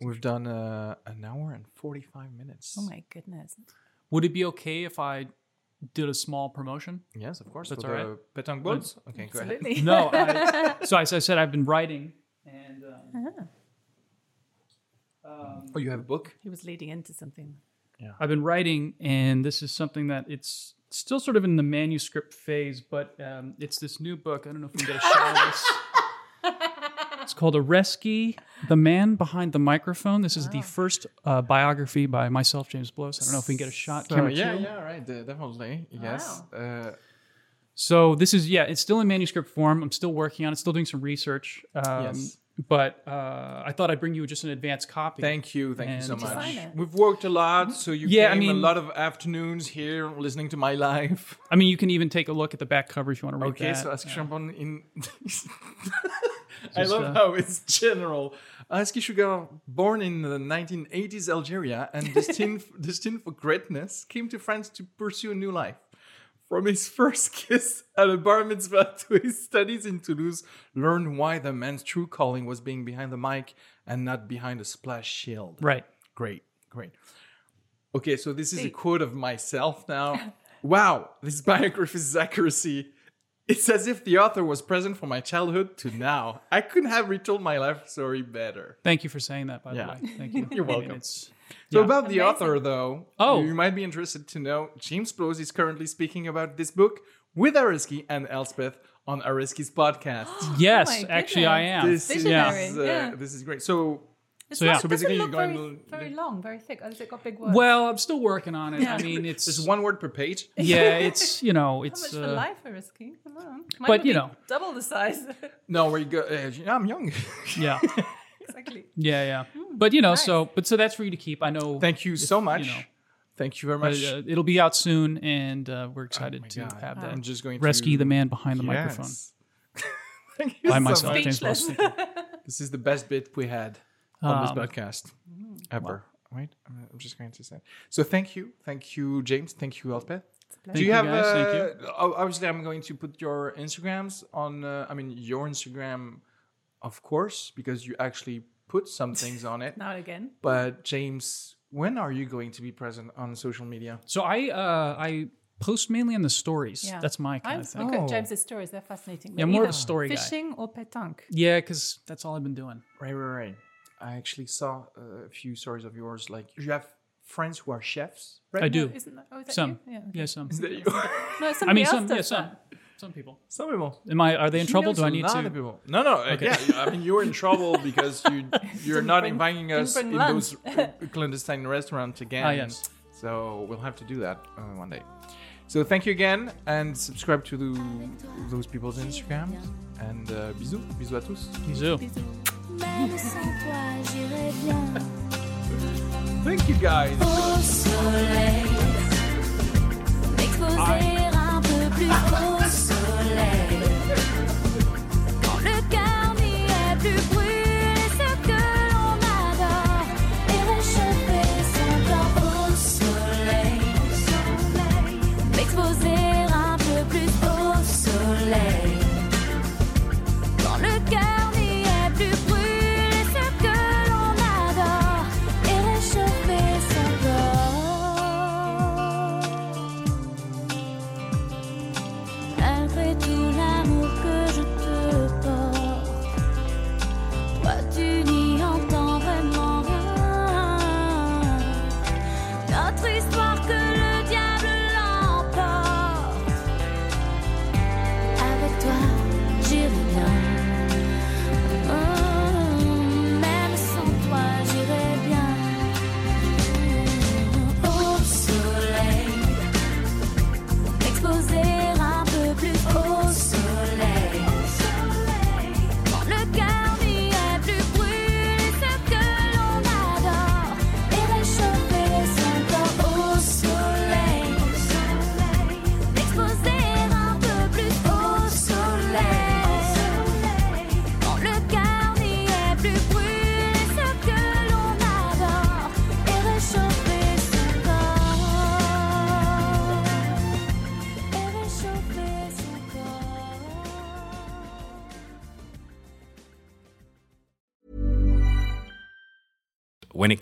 we've done uh, an hour and 45 minutes oh my goodness. Would it be okay if I did a small promotion? yes of course That's for all the petanque balls Mm, okay go ahead <laughs> Absolutely. No. I, so as I said, I've been writing, and um, oh you have a book he was leading into something. I've been writing, and this is something that it's still sort of in the manuscript phase, but um, it's this new book. I don't know if we can get a shot of this. It's called Areski, The Man Behind the Microphone. This is the first uh, biography by myself, James Blows. I don't know if we can get a shot. So, camera Uh, yeah two. yeah right de- definitely yes uh, So this is yeah, it's still in manuscript form. I'm still working on it, still doing some research. Um, Yes. But uh, I thought I'd bring you just an advanced copy. Thank you, thank you so And- Did you much. sign it? We've worked a lot, so you Yeah, I came a mean- lot of afternoons here listening to my life. <laughs> I mean, you can even take a look at the back cover if you want to read Okay, that. so ask Champon <laughs> in. I Just, love uh, how it's general. Aski Sugar, born in the 1980s <laughs> Algeria and destined, destined for greatness, came to France to pursue a new life. From his first kiss at a bar mitzvah <laughs> to his studies in Toulouse, learn why the man's true calling was being behind the mic and not behind a splash shield. Right. Great, great. Okay, so this is a quote of myself <laughs> now. wow, this biography's accuracy. It's as if the author was present from my childhood to now. I couldn't have retold my life story better. Thank you for saying that, by Yeah. the way. <laughs> Thank you. You're welcome. it's, So Yeah. about the author, though, Oh. you might be interested to know James Plose is currently speaking about this book with Ariski and Elspeth on Ariski's <gasps> podcast. yes, Oh my actually, I goodness. am. this is Visionary, uh, yeah. this is great. So It's So, yeah. not, So doesn't basically look you're going very, to- very long, very thick. Oh, has it got big words? well, I'm still working on it. Yeah. I mean, it's <laughs> it's one word per page. yeah, it's you know, how it's much for uh, life are risking? Come on, Mine but, would you be know. double the size. <laughs> No, where you go? Uh, yeah, I'm young. <laughs> yeah, exactly. yeah, yeah. Hmm, But you know, so but so that's for you to keep. I know. Thank you so much. know. Thank you very but, much. Oh uh, it'll be out soon, and uh, we're excited to God. have that. I'm just going rescue to the man behind the microphone Yes. Thank you by so myself. much. James Boston. This is the best bit we had on this podcast ever. Right? I'm I'm just going to say. So thank you, thank you, James. Thank you, Elspeth. Do you, you, have? guys. uh, Thank o- Obviously, I'm going to put your Instagrams on. Uh, I mean, your Instagram, of course, because you actually put some things on <laughs> it. <laughs> Now and again. But James, when are you going to be present on social media? So I uh, I post mainly on the stories. Yeah. That's my kind I of was thing. Oh. look at James's stories; they're fascinating. Yeah, But more of a either story guy. Fishing or petanque? Yeah, because that's all I've been doing. Right, right, right. I actually saw uh, a few stories of yours. Like you have friends who are chefs, right? I do Isn't that, oh, is that some. you? Yeah. okay. Yeah, some. That <laughs> you- No, I somebody mean, else some. does Yeah, some. that. Some people. Some people. Am I? <laughs> Are they in He trouble? knows Do I a need lot to? of people. No, no. uh, Yeah, I mean, you were in trouble because you <laughs> you're not bring- inviting didn't us bring in those uh, clandestine restaurants again. Ah, yes. So we'll have to do that uh, one day. So thank you again, and subscribe to the, those people's Instagrams. And uh, bisous, bisous à tous. Bisous. Même sans toi, j'irai bien Thank you guys. au soleil. M'exposer un peu plus au soleil. Quand le cœur n'y est plus brûlé, ce que l'on adore et réchauffer son corps au soleil. M'exposer un peu plus au soleil. Quand le cœur n'y est plus brûlé, ce que l'on adore et réchauffer son corps. Malgré tout l'amour que je te porte, toi tu n'y entends vraiment rien. Notre histoire que le diable l'emporte. Avec toi, j'irai bien. Mmh, Oh, Même sans toi, j'irai bien. Mmh, Au soleil, m'exposer un peu plus au soleil. Quand le cœur n'y est plus brûlé, ce que l'on adore et réchauffer son corps au soleil. M'exposer un peu plus au soleil. Quand le cœur n'y est plus brûlé, ce que l'on adore et réchauffer son corps. Et réchauffer son corps. when it